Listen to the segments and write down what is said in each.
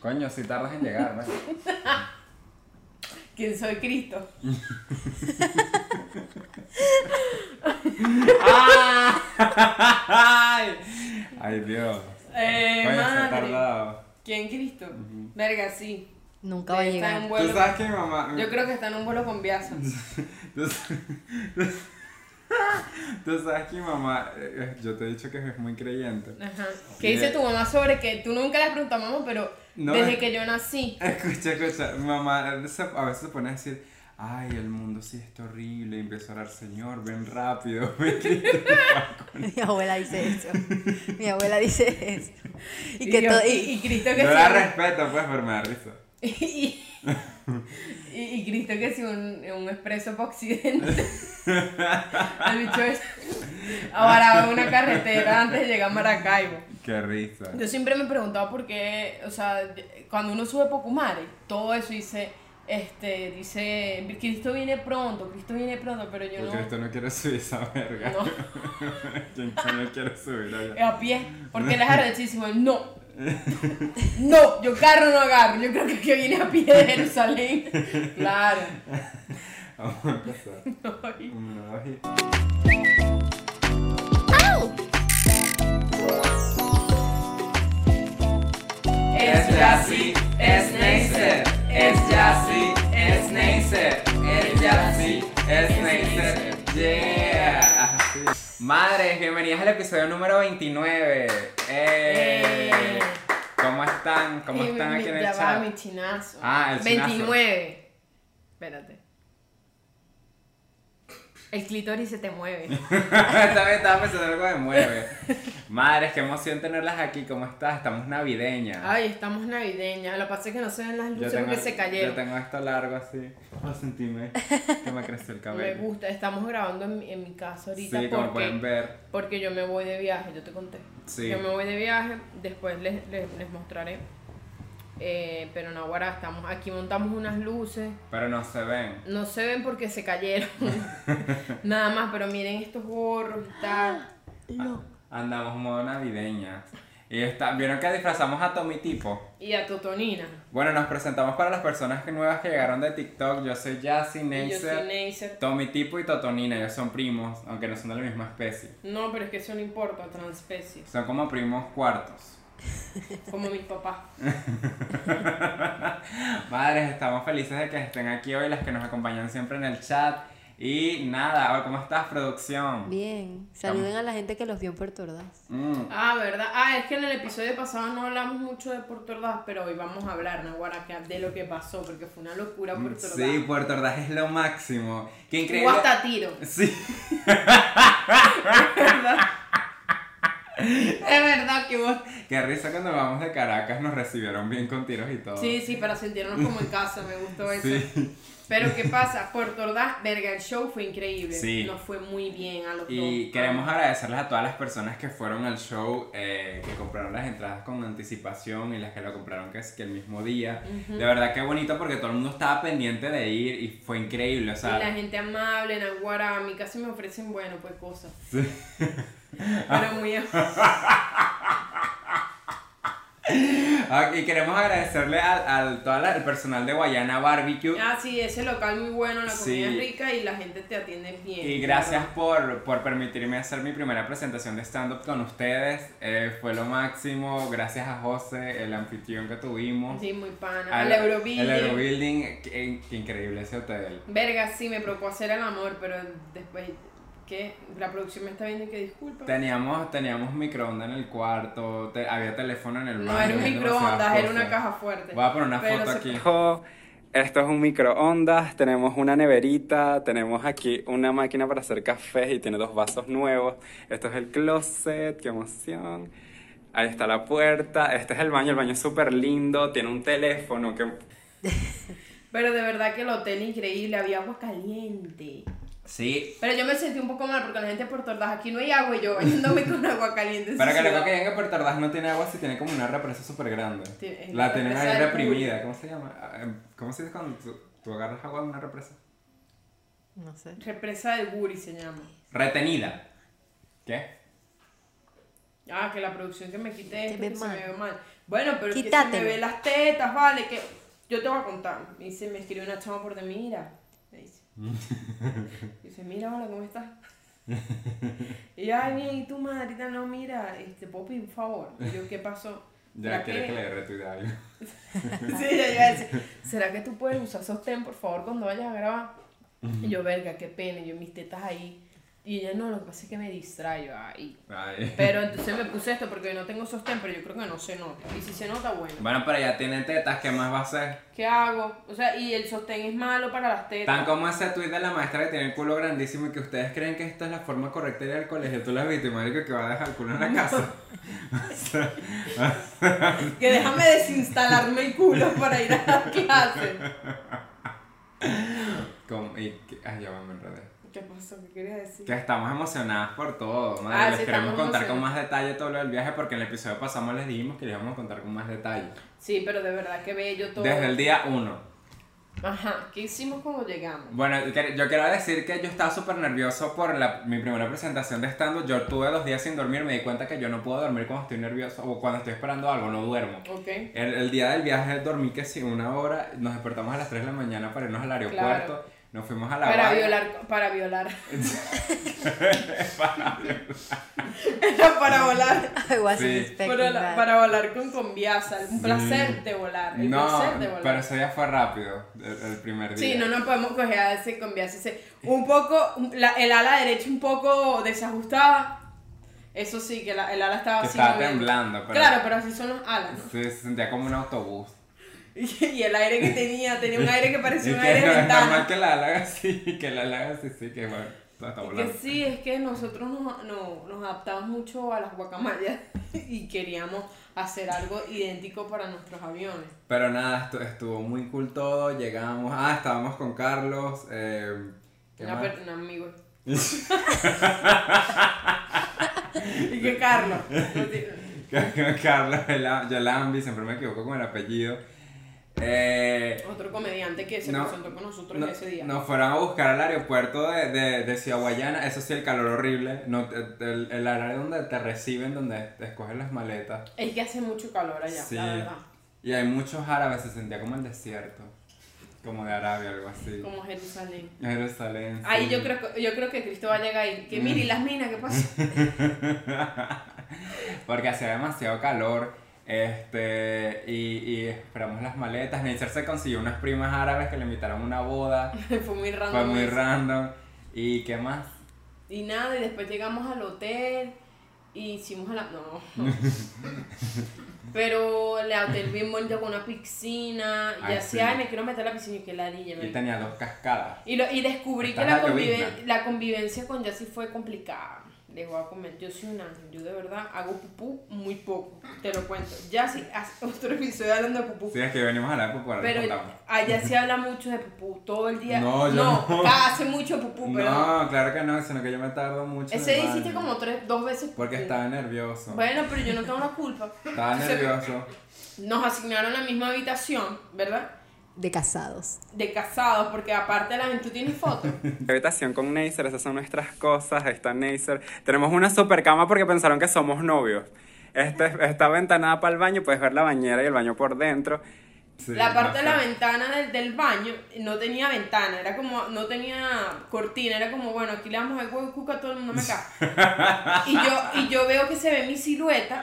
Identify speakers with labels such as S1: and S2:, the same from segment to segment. S1: Coño, si tardas en llegar, ¿no?
S2: ¿Quién soy Cristo?
S1: ¡Ay! Ay, Dios.
S2: Eh,
S1: Coño, se ha
S2: madre.
S1: tardado.
S2: ¿Quién Cristo? Verga, sí.
S3: Nunca va a
S2: Está en
S3: llegar.
S2: un
S1: Tú
S2: vuelo-
S1: sabes que mi mamá. mm,
S2: Yo creo que está en un vuelo con Biazo.
S1: Tú sa- Tú sabes que mi mamá. eh, Yo te he dicho que es muy creyente.
S2: Ajá. ¿Qué dice tu mamá sobre que tú nunca le preguntas, mamá, pero
S1: eh. No, eh.
S2: desde
S1: es-
S2: que yo nací?
S1: Escucha, escucha. Mi mamá se- a veces se pone a decir. Ay, el mundo sí está horrible. Y empieza a orar, Señor, ven rápido. ven Cristo".
S3: Mi abuela dice eso. Mi abuela dice eso. Y que
S2: Dios,
S3: todo.
S2: y-
S3: Y,
S2: y Cristo que
S1: Yo la
S2: sí.
S1: respeto, pues, pero me da risa.
S2: y, y, y Cristo que si un, un expreso para Occidente. El bicho es abaraba una carretera antes de llegar a Maracaibo.
S1: Qué risa.
S2: Yo siempre me preguntaba por qué, o sea, cuando uno sube Pocumare, todo eso dice, este, dice, Cristo viene pronto, Cristo viene pronto, pero yo
S1: Porque
S2: no,
S1: Cristo no quiere subir esa verga.
S2: no,
S1: ¿Quién coño quiere subir allá?
S2: a pie, porque él es arrechísimo, él, no, no, yo carro no agarro, yo creo que el que viene a pie de Jerusalén, claro,
S1: Vamos a empezar.
S2: Ay.
S1: Uno, dos y.
S2: Es Yassi,
S1: Neisser,
S2: es Neisser.
S1: es Yassi, es Neisser, es Yassi, es Neisser, yeah. Madres, bienvenidas al episodio número 29. ¡Eh!
S2: Eh.
S1: ¿Cómo están? ¿Cómo
S2: Y
S1: están
S2: mi-
S1: aquí en el
S2: ya va,
S1: chat?
S2: mi chinazo.
S1: Ah, el chinazo.
S2: 29. Espérate. El clítoris se te mueve.
S1: Esta vez estaba pensando algo de mueve. Madres, qué emoción tenerlas aquí. ¿Cómo estás? Estamos navideñas.
S2: Ay, estamos navideñas. Lo que pasa es que no se ven las luces porque se
S1: Yo
S2: cayeron.
S1: tengo esto largo así. Lo sentí me- que me creció el
S2: Me
S1: cabello.
S2: gusta. Estamos grabando en, mi- en mi casa
S1: Sí,
S2: ahorita
S1: como pueden
S2: porque,
S1: ver.
S2: porque yo me voy de viaje. Yo te conté.
S1: Sí.
S2: Yo me voy de viaje. Después les, les, les mostraré. Eh, pero no, ahora estamos aquí. Montamos unas luces.
S1: Pero no se ven.
S2: No se ven porque se cayeron. Nada más, pero miren estos gorros y tal.
S3: Lo-
S1: Andamos modo navideña. Y está, vieron que disfrazamos a Tommy Tipo.
S2: Y a Totonina.
S1: Bueno, nos presentamos para las personas que- nuevas que llegaron de TikTok. Yo soy Jassy,
S2: Y yo soy
S1: Neisser,
S2: Neisser.
S1: Tommy Tipo y Totonina. Ellos son primos, aunque no son de la misma especie.
S2: No, pero es que eso no importa, transespecies.
S1: Son como primos cuartos.
S2: Como mis papás.
S1: Madres, estamos felices de que estén aquí hoy, las que nos acompañan siempre en el chat. Y nada, ¿cómo estás, producción?
S3: Bien. Saluden a la gente que los vio en Puerto Ordaz.
S1: Mm,
S2: Ah, ¿verdad? Ah, es que en el episodio pasado no hablamos mucho de Puerto Ordaz, pero hoy vamos a hablar, Nahuara, que- de lo que pasó, porque fue una locura Puerto Ordaz.
S1: Mm, Sí, Puerto Ordaz es lo máximo. Qué
S2: Hubo
S1: increíble.
S2: hasta tiro.
S1: Sí.
S2: Es verdad que hubo...
S1: Qué risa cuando vamos de Caracas nos recibieron bien con tiros y todo.
S2: Sí, sí, para sentirnos como en casa, me gustó eso.
S1: Sí.
S2: Pero ¿qué pasa? Puerto Ordaz, verga, el show fue increíble.
S1: Sí.
S2: Nos fue muy bien a los
S1: Y
S2: dos.
S1: queremos agradecerles a todas las personas que fueron al show, eh, que compraron las entradas con anticipación y las que lo compraron casi que el mismo día. De verdad que bonito porque todo el mundo estaba pendiente de ir y fue increíble, o
S2: Y la
S1: sea,
S2: gente amable, Nahuara, a mí casi me ofrecen, bueno, pues cosas. Pero muy...
S1: Ah, y queremos agradecerle al, al, toda la- al personal de Guayana Barbecue
S2: Ah, sí, ese local muy bueno, la comida
S1: Sí.
S2: es rica y la gente te atiende bien.
S1: Y gracias por, por permitirme hacer mi primera presentación de stand-up con ustedes. Eh, fue lo máximo. Gracias a José, el anfitrión que tuvimos.
S2: Sí, muy pana.
S1: Al-
S2: Al Eurobuilding.
S1: El Eurobuilding. Qué, qué increíble ese hotel.
S2: Verga, sí, me provocó hacer el amor, pero después que la producción me está viendo y que disculpa.
S1: Teníamos, teníamos microondas en el cuarto, te- había teléfono en el
S2: no
S1: baño,
S2: era un
S1: había
S2: microondas,
S1: demasiadas
S2: era una
S1: cosas.
S2: caja fuerte.
S1: Voy a poner una
S2: Pero
S1: foto
S2: se-
S1: aquí. Esto es un microondas, tenemos una neverita, tenemos aquí una máquina para hacer café y tiene dos vasos nuevos. Esto es el closet, qué emoción. Ahí está la puerta, este es el baño, el baño es súper lindo, tiene un teléfono que...
S2: Pero de verdad que el hotel increíble, había agua caliente.
S1: Sí,
S2: Pero yo me sentí un poco mal porque la gente por tordas aquí no hay agua y yo bañándome con agua caliente. en
S1: para
S2: su
S1: que
S2: ciudad.
S1: lo que llegue por tardar no tiene agua, si tiene como una represa súper grande.
S2: Tiene- es
S1: La
S2: la
S1: tienen ahí
S2: represa del
S1: reprimida, ¿cómo se llama? Ah, em, ¿Cómo se dice cuando tú, tú agarras agua de una represa?
S3: No sé.
S2: Represa del Guri se llama.
S1: Retenida. ¿Qué?
S2: Ah, que la producción que me quité esto,
S3: ve
S2: que se
S3: mal.
S2: me ve mal. Bueno, pero es que se
S3: Quítatelo.
S2: me ve las tetas, vale, que yo te voy a contar. Me dice, me escribió una chama por de mira. Me dice. dice, mira, hola, ¿cómo estás? y yo, ay, bien, y tu madrita, no, mira, este, puedo pedir un favor. Y yo, ¿qué pasó?
S1: Ya
S2: ¿Será
S1: quiere que le retuite algo.
S2: Sí, ya iba a decir, ¿será que tú puedes usar sostén, por favor, cuando vayas a grabar? Y yo, verga, qué pena, yo mis tetas ahí. Y ella, no, lo que pasa es que me distraigo ahí.
S1: Ay.
S2: Pero entonces me puse esto porque no tengo sostén, pero yo creo que no se nota. Y si se nota, bueno.
S1: Bueno, pero ya tiene tetas, ¿qué más va a hacer?
S2: ¿Qué hago? O sea, y el sostén es malo para las
S1: Tan
S2: tetas.
S1: como ese tweet de la maestra que tiene el culo grandísimo y que ustedes creen que esta es la forma correcta de ir al colegio. Tú la viste, marico, que va a dejar el culo en la casa.
S2: Que déjame desinstalarme el culo para ir a la clase.
S1: Como- y que- ay, ya va, me enredé.
S2: ¿Qué pasó? ¿Qué querías decir?
S1: Que estamos emocionadas por todo, madre.
S2: Ah,
S1: les
S2: sí,
S1: queremos
S2: estamos
S1: contar con
S2: emocionadas.
S1: más detalle todo lo del viaje porque en el episodio pasamos les dijimos que les íbamos a contar con más detalle.
S2: Sí, pero de verdad que bello todo.
S1: Desde el día 1.
S2: Ajá, ¿qué hicimos cuando llegamos?
S1: Bueno, yo quer- yo quiero decir que yo estaba súper nervioso por la- mi primera presentación de stand Yo tuve dos días sin dormir, me di cuenta que yo no puedo dormir cuando estoy nervioso o cuando estoy esperando algo, no duermo.
S2: Ok.
S1: El, el día del viaje dormí que sí, una hora, nos despertamos a las 3 de la mañana para irnos al aeropuerto,
S2: Claro.
S1: nos fuimos a la
S2: Para
S1: barra.
S2: violar, para violar. Era para volar.
S3: I wasn't
S1: Sí.
S3: expecting
S2: Para,
S3: that.
S2: para volar con conviasa. Un
S1: Sí.
S2: placer de volar. El
S1: No,
S2: placer de volar.
S1: pero ese día fue rápido, el, el primer día.
S2: Sí, no nos podemos coger a ese conviasa. Ese, un poco, la- el ala derecha un poco desajustada. Eso sí, que la- el ala estaba
S1: Que
S2: así.
S1: estaba
S2: moviendo.
S1: temblando, pero-
S2: Claro, pero así son los alas. ¿no?
S1: Sí, Se sentía como un autobús.
S2: Y, y el aire que tenía, tenía un aire que parecía
S1: y
S2: un
S1: que
S2: aire de
S1: es normal
S2: ventana.
S1: que la halaga así, que la halaga así, sí, que bueno, está está
S2: Y
S1: volando.
S2: Que sí, es que nosotros nos, no- nos adaptamos mucho a las guacamayas y queríamos hacer algo idéntico para nuestros aviones.
S1: Pero nada, estu- estuvo muy cool todo, llegamos, ah, estábamos con Carlos, eh, ¿qué
S2: Una
S1: más?
S2: per- un amigo. y que Carlos. no tiene-
S1: Carlos Yala- Yalambi, siempre me equivoco con el apellido. Eh,
S2: Otro comediante que se
S1: No,
S2: presentó con nosotros
S1: no-
S2: ese día.
S1: Nos fueron a buscar al aeropuerto de, de, de Ciudad Guayana, eso sí, el calor horrible, no, te- el, el área donde te reciben, donde te escogen las maletas.
S2: Es que hace mucho calor allá,
S1: Sí.
S2: la verdad.
S1: Y hay muchos árabes, se sentía como el desierto, como de Arabia, algo así.
S2: Como Jerusalén.
S1: Jerusalén.
S2: Ahí
S1: sí. Mm.
S2: yo creo que yo creo que Cristo va a llegar ahí. Que mire, ¿y las minas, ¿qué pasó?
S1: Porque hacía demasiado calor. Este, y, y esperamos las maletas. Neisser se consiguió unas primas árabes que le invitaron a una boda.
S2: Fue muy random.
S1: Fue muy
S2: eso.
S1: random. ¿Y qué más?
S2: Y nada, y después llegamos al hotel y hicimos a la. No. Pero el hotel bien bonito con una piscina. Y
S1: Ay,
S2: así,
S1: sí.
S2: ay, me quiero meter a la piscina y que ladilla.
S1: Y
S2: marico.
S1: tenía dos cascadas.
S2: Y, lo, y descubrí
S1: Está
S2: que la,
S1: la
S2: conviven-
S1: llovizna.
S2: la convivencia con Yassi fue complicada. Les voy a comentar, yo soy un ángel, yo de verdad hago pupú muy poco, te lo cuento. Yassi hace otro episodio hablando de pupú.
S1: Sí, es que venimos a hablar por ahora
S2: Pero
S1: contamos.
S2: allá se habla mucho de pupú, todo el día.
S1: No, yo no.
S2: acá hace mucho pupú, pero no.
S1: No, claro que no, sino que yo me tardo mucho. en
S2: ese
S1: el
S2: día hiciste
S1: baño.
S2: como tres, dos veces pupú.
S1: Porque estaba nervioso.
S2: Bueno, pero yo no tengo la culpa.
S1: Estaba
S2: Entonces,
S1: nervioso.
S2: Nos asignaron la misma habitación, ¿verdad?
S3: De casados.
S2: De casados, porque aparte la gente, tú tienes fotos.
S1: Habitación con Neisser, esas son nuestras cosas. Ahí está Neisser. Tenemos una super cama porque pensaron que somos novios. Este, está ventanada para el baño, puedes ver la bañera y el baño por dentro.
S2: la parte de la ventana del, del baño no tenía ventana, era como, no tenía cortina, era como, bueno, aquí le damos el huevo de cuca a todo el mundo me cae. y, yo, y yo veo que se ve mi silueta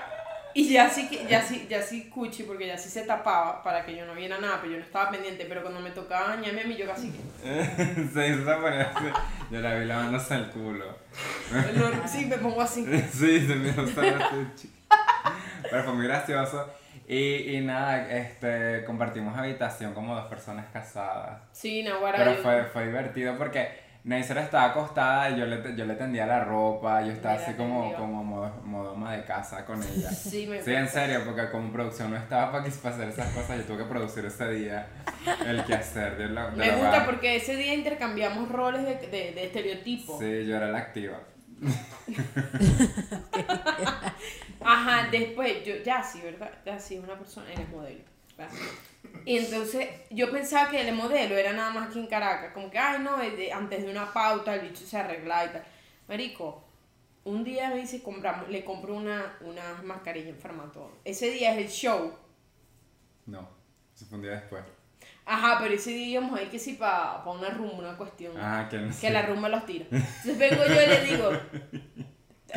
S2: y ya sí, que- ya sí, ya sí cuchi, porque ya sí se tapaba para que yo no viera nada, pero yo no estaba pendiente, pero cuando me tocaba bañarme a mí, yo casi que...
S1: Se hizo aparecer. Yo la vi lavándose el culo.
S2: lo- sí, me pongo así.
S1: Sí, se me hizo aparecer, chica. Pero fue muy gracioso. Y, y nada, este, compartimos habitación como dos personas casadas.
S2: Sí, Nahuara.
S1: Pero
S2: yo-
S1: fue, fue divertido porque Neisser estaba acostada y yo le, yo le tendía la ropa, yo estaba
S2: Mira,
S1: así
S2: qué
S1: como,
S2: lío.
S1: como modo, modoma de casa con ella.
S2: Sí, me
S1: Sí, en serio, porque como producción no estaba para, que, para hacer esas cosas, yo tuve que producir ese día el quehacer de la de
S2: Me
S1: la
S2: gusta
S1: barra.
S2: porque ese día intercambiamos roles de, de, de estereotipo.
S1: Sí, yo era la activa.
S2: Ajá, después, yo, ya sí, ¿verdad? Ya sí, una persona, eres modelo. ¿verdad? Y entonces yo pensaba que el modelo era nada más aquí eh, en Caracas, como que, ay, no, es de- antes de una pauta el bicho se arregla y tal. Marico, un día me dice, compramos, le compro una, una mascarilla en Farmatodo. Ese día es el show.
S1: No, se fue un día después.
S2: Ajá, pero ese día íbamos ahí que sí para pa una rumba, una cuestión.
S1: Ah, que no
S2: Mm. que la rumba los tira. Entonces vengo yo y le digo,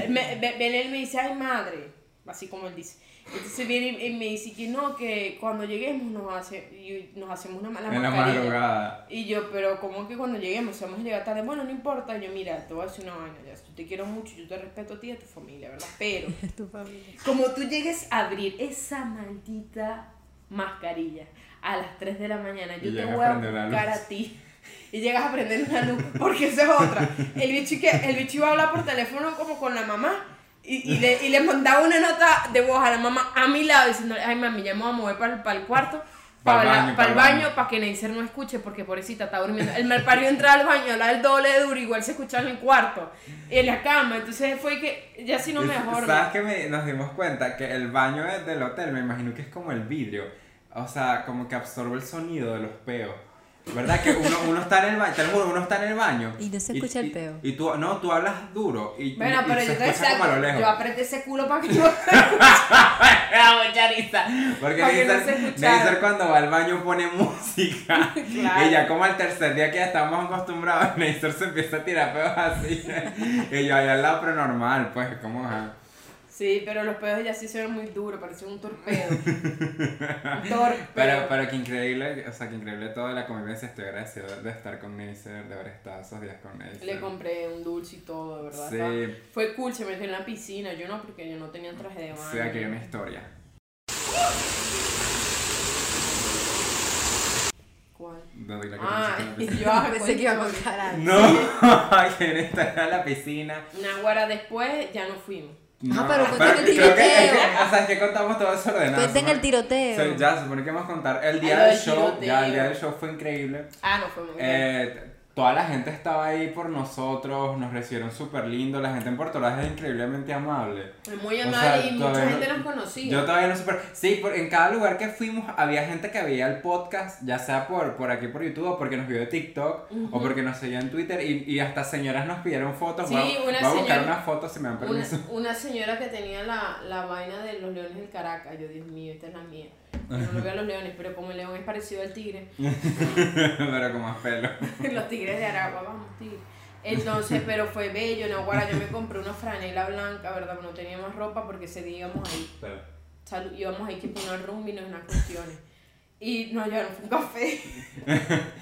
S2: me, ve- viene él y me dice, ay madre, así como él dice. Entonces viene y, y me dice que no, que cuando lleguemos nos, hace, y nos hacemos una mala
S1: En la
S2: mascarilla.
S1: madrugada.
S2: Y yo, pero ¿cómo que cuando lleguemos? Vamos a llegar tarde. Bueno, no importa. Y yo, mira, te voy a decir una vaina. Ya, yo te quiero mucho, yo te respeto a ti y a tu familia, ¿verdad? Pero
S3: tu familia.
S2: como tú llegues a abrir esa maldita mascarilla a las 3 de la
S1: Y
S2: mañana, yo te
S1: llegas
S2: voy
S1: a
S2: a
S1: prender la
S2: buscar
S1: luz.
S2: a ti. Y llegas a prender una luz, porque esa es otra. El bicho, que, el bicho iba a hablar por teléfono como con la mamá y, y le, y le mandaba una nota de voz a la mamá a mi lado diciendo, ay mami, ya me voy a mover para, el cuarto,
S1: Pa'l
S2: para el
S1: baño,
S2: baño,
S1: pa'l
S2: para
S1: baño".
S2: que Neisser no escuche, porque pobrecita está durmiendo. El malparido entra al baño, habla el doble de duro, igual se escucha en el cuarto, en la cama. Entonces fue que ya si no
S1: Y-
S2: mejor.
S1: ¿Sabes que me- nos dimos cuenta? Que el baño de- del hotel, me imagino que es como el vidrio. O sea, como que absorbe el sonido de los peos. ¿Verdad? Que uno, uno está en el baño, te lo juro, uno está en el baño.
S3: Y no se escucha el peo.
S1: Y, tú, no, tú hablas duro. Y,
S2: Bueno,
S1: y- y
S2: pero
S1: se
S2: yo te
S1: escucha como a lo lejos.
S2: Yo apreté ese culo para que no se escuchara. Charita.
S1: Porque
S2: para que no
S1: Neisser,
S2: se escuchara.
S1: Neisser cuando va al baño pone música.
S2: Claro.
S1: Y ya como al tercer día que ya estábamos acostumbrados, Neisser se empieza a tirar peos así. y yo ahí al lado, pero normal, pues, como... ajá.
S2: Sí, pero los pedos ya sí se ven muy duros, parecen un torpedo. un torpedo.
S1: Pero, pero que increíble, o sea, que increíble toda la convivencia. Estoy agradecido de estar con Neisser, de haber estado esos días con Neisser.
S2: Le compré un dulce y todo, de verdad.
S1: Sí.
S2: estaba- Fue cool, se metió en la piscina. Yo no, porque yo no tenía traje de baño.
S1: Sí, aquí hay una historia.
S2: ¿Cuál?
S1: Donde la
S2: Ah,
S1: conocí en la
S2: y
S1: piscina.
S2: yo ah,
S3: Pensé que iba a
S2: coño.
S3: contar algo.
S1: No, que en esta la piscina.
S2: Una guara después ya no fuimos.
S1: No,
S3: pero cuenten el
S1: creo que,
S3: tiroteo.
S1: o sea, es que contamos todo desordenado.
S3: Cuenten el
S1: supone-
S3: tiroteo.
S1: Ah, Sí, ya, supone que vamos a contar. El
S2: Ay,
S1: día
S2: lo
S1: del
S2: del
S1: show, ya, el día
S2: tiroteo.
S1: del show fue increíble.
S2: Ah, no fue muy bien.
S1: Eh, t- toda la gente estaba ahí por nosotros, nos recibieron súper lindo. La gente en Puerto Ordaz es increíblemente amable.
S2: Muy
S1: o
S2: amable
S1: sea,
S2: y
S1: todavía
S2: mucha gente
S1: no-
S2: nos conocía.
S1: Yo todavía no super. Sí, por, en cada lugar que fuimos había gente que veía el podcast, ya sea por, por aquí por YouTube, o porque nos vio de TikTok, o porque nos seguía en Twitter, y, y hasta señoras nos pidieron fotos.
S2: Sí,
S1: voy a-
S2: una
S1: voy a buscar
S2: señora-
S1: una foto si me dan
S2: Una,
S1: permiso.
S2: una señora que tenía la, la vaina de los leones del Caracas. Yo, Dios mío, esta es la mía. Yo no lo veo a los leones, pero como el león es parecido al tigre,
S1: Pero con más pelo.
S2: los tigres de Aragua, vamos, tigre. Entonces, pero fue bello, Nahuara. Yo me compré una franela blanca, ¿verdad? No tenía más ropa porque ese día íbamos ahí.
S1: Pero-
S2: Salud, íbamos ahí que poner rumbi, no unas cuestiones. Y nos llevaron fue un café.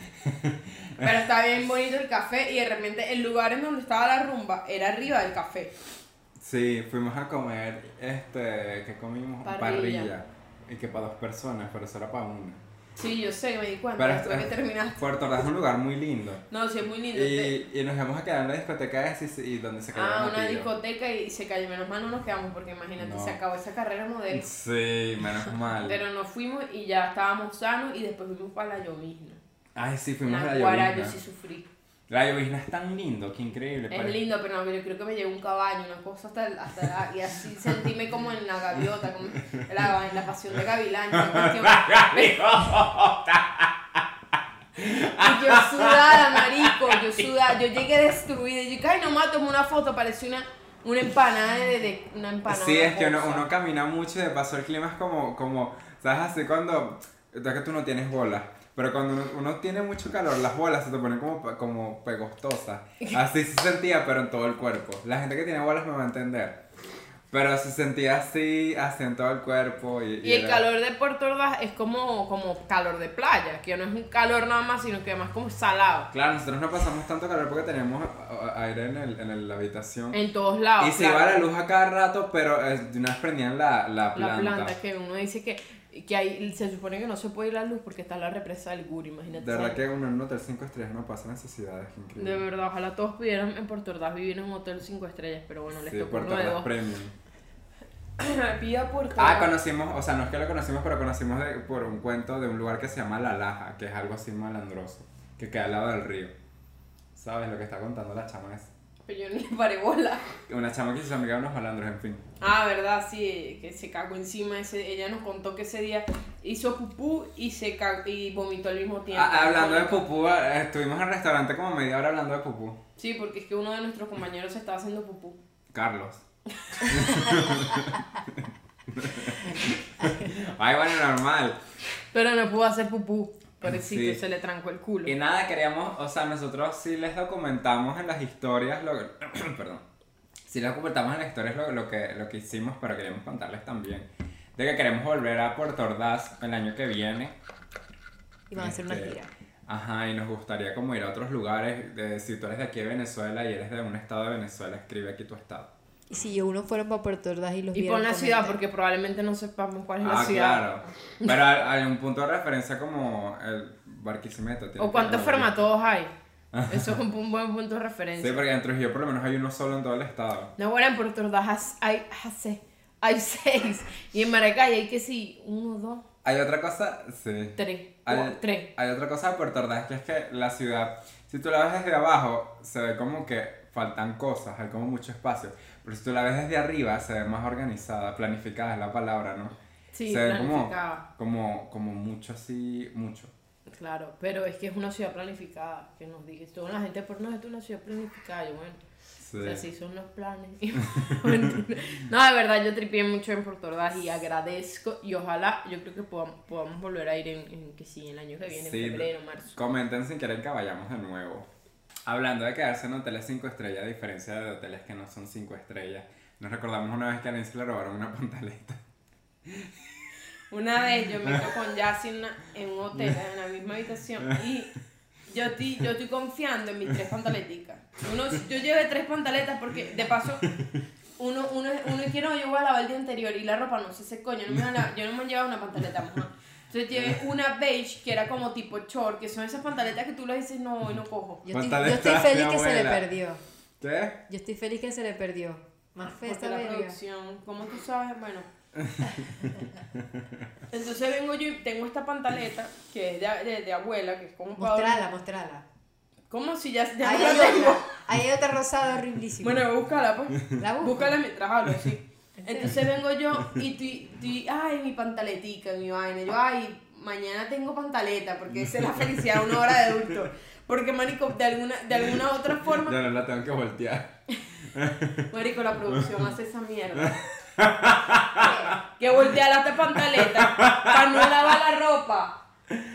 S2: Pero estaba bien bonito el café y de repente el lugar en donde estaba la rumba era arriba del café.
S1: Sí, fuimos a comer, este, que comimos
S2: Parrilla.
S1: Y que para dos personas, pero eso era para una.
S2: Sí, yo sé, me di cuenta.
S1: Pero
S2: después que
S1: esto-
S2: terminaste.
S1: Puerto Ordaz es un lugar muy lindo.
S2: No, Ah. sí, es muy lindo. este-
S1: Y, y nos íbamos a quedar en la discoteca esa y, y donde se cayó
S2: Ah,
S1: el
S2: una
S1: gatillo.
S2: discoteca y se cayó. Menos mal no nos quedamos porque imagínate,
S1: No.
S2: se acabó esa carrera modelo.
S1: Sí, menos mal.
S2: Pero nos fuimos y ya estábamos sanos y después fuimos para la Yomisna.
S1: Ay, sí, fuimos a la
S2: Naguará, yo
S1: llovizna.
S2: sí sufrí.
S1: La llovizna es tan lindo, que increíble.
S2: Es
S1: pare-
S2: lindo, pero no, yo creo que me llevó un caballo, una cosa hasta, hasta la- y así sentirme como en la gaviota, como en la, en la pasión de Gavilán. una cuestión. Y yo sudada, marico, yo sudada, yo llegué destruida, y yo, ay, nomás tomé una foto, parecía una, una empanada de, de- una empanada.
S1: Sí, es que uno,
S2: cosa.
S1: uno camina mucho y de paso el clima es como, como ¿sabes? Así cuando, es que tú no tienes bolas, pero cuando uno, uno tiene mucho calor, las bolas se te ponen como, pe- como pegostosas. Así se sentía, pero en todo el cuerpo. La gente que tiene bolas me va a entender. Pero se sentía así, así en todo el cuerpo. Y,
S2: Y el
S1: era-
S2: calor de Puerto Ordaz es como, como calor de playa, que no es un calor nada más, sino que además como salado.
S1: Claro, nosotros no pasamos tanto calor porque teníamos a- a- aire en, el, en el- la habitación.
S2: En todos lados.
S1: Y se
S2: claro.
S1: iba la luz a cada rato, pero eh, de una vez prendían la, la
S2: La
S1: planta.
S2: planta, que uno dice que, que ahí se supone que no se puede ir la luz porque está la represa del Guri, imagínate.
S1: De verdad que uno en un hotel 5 estrellas no pasa necesidades, qué increíble.
S2: De verdad, ojalá todos pudieran en Puerto Ordaz vivir en un hotel 5 estrellas, pero bueno, les
S1: Sí,
S2: tocó
S1: Puerto
S2: uno de
S1: Ordaz
S2: dos.
S1: Premium.
S2: Pida Puerto
S1: Ah,
S2: Ordaz.
S1: conocimos, o sea, no es que lo conocimos, pero conocimos de- por un cuento de un lugar que se llama La Laja, que es algo así malandroso, que queda al lado del río. ¿Sabes lo que está contando la chama es?
S2: Pero yo ni paré bola.
S1: Una chama que se hizo amiga de unos malandros, en fin.
S2: Ah, verdad, sí, que se cagó encima. Ese, ella nos contó que ese día hizo pupú y se cagó, y vomitó al mismo tiempo.
S1: Ah, hablando de pupú, eh, estuvimos en el restaurante como media hora hablando de pupú.
S2: Sí, porque es que uno de nuestros compañeros se estaba haciendo pupú.
S1: Carlos. Ay, bueno, normal.
S2: Pero no pudo hacer pupú. Pobrecito,
S1: Ah, Sí.
S2: se le trancó el culo.
S1: Y nada, queríamos, o sea, nosotros sí les documentamos en las historias, lo, perdón, sí les documentamos en las historias lo, lo que, lo que hicimos, pero queríamos contarles también de que queremos volver a Puerto Ordaz el año que viene.
S3: Y van a hacer una
S1: Este,
S3: gira.
S1: Ajá, y nos gustaría como ir a otros lugares, de, si tú eres de aquí de Venezuela y eres de un estado de Venezuela, escribe aquí tu estado.
S3: Y si uno fuera para Puerto Ordaz y los
S2: Y
S3: vieron,
S2: pon la ciudad,
S3: comenten.
S2: porque probablemente no sepamos cuál es la
S1: Ah,
S2: ciudad.
S1: claro. Pero a- hay un punto de referencia como el Barquisimeto. tiene
S2: O
S1: que
S2: cuántos
S1: haber.
S2: formatos hay. Eso es un, pu- un buen punto de referencia.
S1: Sí, porque en Trujillo por lo menos hay uno solo en todo el estado.
S2: No, bueno, en Puerto Ordaz has- hay, hace- hay seis. Y en Maracay hay que sí, uno, dos,
S1: Hay otra cosa, sí.
S2: tres.
S1: Hay,
S2: o- tres.
S1: hay otra cosa de Puerto Ordaz que es que la ciudad, si tú la ves desde abajo, se ve como que faltan cosas, hay como mucho espacio. Pero si tú la ves desde arriba, se ve más organizada, planificada es la palabra, ¿no?
S2: Sí,
S1: se ve como,
S2: planificada.
S1: como, como mucho así, mucho.
S2: Claro, pero es que es una ciudad planificada. Que nos dije, toda la gente por no esto es una ciudad planificada. Yo, bueno.
S1: Sí.
S2: O sea, así son los planes. no, de verdad, yo tripié mucho en Puerto Ordaz y agradezco. Y ojalá, yo creo que podam- podamos, volver a ir en, en- que sí, el año que viene,
S1: Sí.
S2: en febrero, marzo.
S1: Comenten si quieren que vayamos de nuevo. Hablando de quedarse en hoteles 5 estrellas, a diferencia de hoteles que no son 5 estrellas, nos recordamos una vez que a Nancy le robaron una pantaleta.
S2: Una vez yo me quedo con Yassi en, una- en un hotel, en la misma habitación, y yo estoy, yo estoy confiando en mis tres pantaleticas. Uno, yo llevé tres pantaletas porque, de paso, uno, uno, uno quiere, no, yo voy a lavar el día anterior y la ropa no se secó, yo no me, voy a lavar- yo no me llevaba una pantaleta mojada. Entonces llevé una beige que era como tipo short, que son esas pantaletas que tú las dices, no, hoy no cojo.
S3: Yo estoy,
S1: Cuéntale
S3: yo estoy
S1: esta
S3: feliz
S1: a mi
S3: que se le
S1: abuela.
S3: perdió.
S1: ¿Qué?
S3: Yo estoy feliz que se le perdió. Más fe
S2: Porque
S3: esta
S2: la
S3: verga.
S2: producción, como tú sabes, bueno. Entonces vengo yo y tengo esta pantaleta que es de, de- de abuela, que es como para
S3: Mostrala, pues. mostrala.
S2: ¿Cómo si ya, ya
S3: Ahí
S2: no la
S3: hay
S2: tengo?
S3: otra. Ahí hay otra rosada horriblísima.
S2: Bueno, búscala pues.
S3: La busco.
S2: Búscala mientras hablo, sí.
S3: ¿En serio?
S2: Entonces vengo yo y tú, tú- ay, mi pantaletica, mi vaina. Yo, ay, mañana tengo pantaleta, porque esa es la felicidad una hora de adulto. Porque, marico, de alguna, de alguna otra
S1: Yo
S2: forma,
S1: no la tengo que voltear.
S2: marico, la producción hace esa mierda. Que voltea las pantaleta para no lavar la ropa.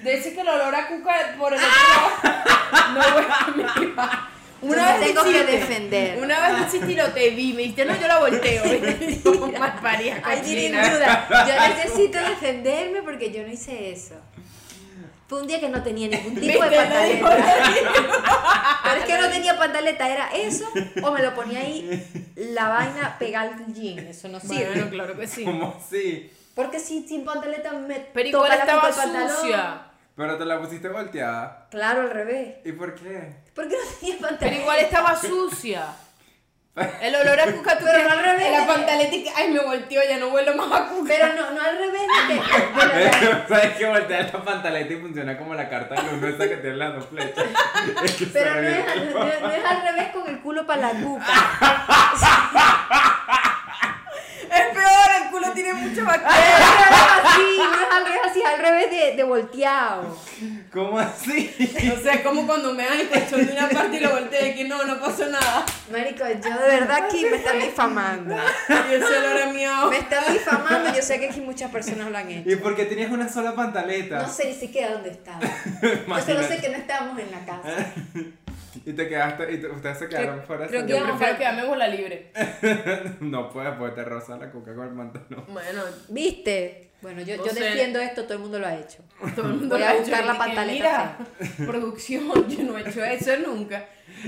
S2: Dice que el olor a cuca por el otro lado no huele a mí. Una
S3: Yo me
S2: vez
S3: tengo
S2: sí
S3: que
S2: te-
S3: defender.
S2: Una vez sí tiroteé, vi, me dijiste, no, yo la volteo. Yo, malparida,
S3: Ay, tienen
S2: cochina.
S3: duda. Yo necesito defenderme porque yo no hice eso. Fue un día que no tenía ningún tipo
S2: ¿Viste? Lo
S3: de
S2: dijo, lo
S3: pantaleta.
S2: dijo.
S3: Pero es que no tenía pantaleta, era eso o me lo ponía ahí la vaina pegada al jean. Eso no sirve.
S2: Bueno, claro que sí.
S1: ¿Cómo así?
S3: Porque si sin pantaleta me
S2: Pero
S3: toca
S2: igual
S3: la
S2: estaba
S3: punta del pantalón.
S2: sucia.
S1: Pero te la pusiste volteada.
S3: Claro, al revés.
S1: ¿Y por qué?
S3: ¿Por qué no tenía pantaleta?
S2: Pero igual estaba sucia. El olor a cuca, tú
S3: Pero
S2: que-
S3: no al revés.
S2: La pantaleta, ay, me volteó, ya no vuelo más a cuca.
S3: Pero no, no al revés. de que- de que-
S1: ¿Sabes que voltear la pantaleta y funciona como la carta del uno esa que tiene las dos flechas? Es que se
S3: Pero no
S1: revierte el
S3: es, no, no es al revés con el culo para la nuca.
S2: Es peor, el culo tiene mucha bacteria.
S3: No es así, no es al revés así, es al revés de, de volteado.
S1: ¿Cómo así?
S2: O sea, es como cuando me dan el colchón de una parte y lo volteo de que no, no pasó nada.
S3: Marico, yo de verdad aquí me están difamando.
S2: Y el olor a miau.
S3: Me están difamando, yo sé que aquí muchas personas lo han hecho.
S1: ¿Y por qué tenías una sola pantaleta?
S3: No sé ni siquiera dónde estaba. Yo solo sé que no estábamos en la casa.
S1: Y te quedaste, y te- ustedes se quedaron fuera
S3: creo
S1: esa-
S3: que-
S2: Yo prefiero quedarme bola libre.
S1: No puedes poderte rozar la coca con el pantalón.
S2: Bueno,
S3: ¿Viste? Bueno, yo, yo
S2: No sé.
S3: defiendo esto, todo el mundo lo ha hecho.
S2: todo el mundo
S3: Voy
S2: lo
S3: a
S2: ha hecho,
S3: buscar la
S2: y que,
S3: pantaleta.
S2: Mira, producción, yo no he hecho eso nunca.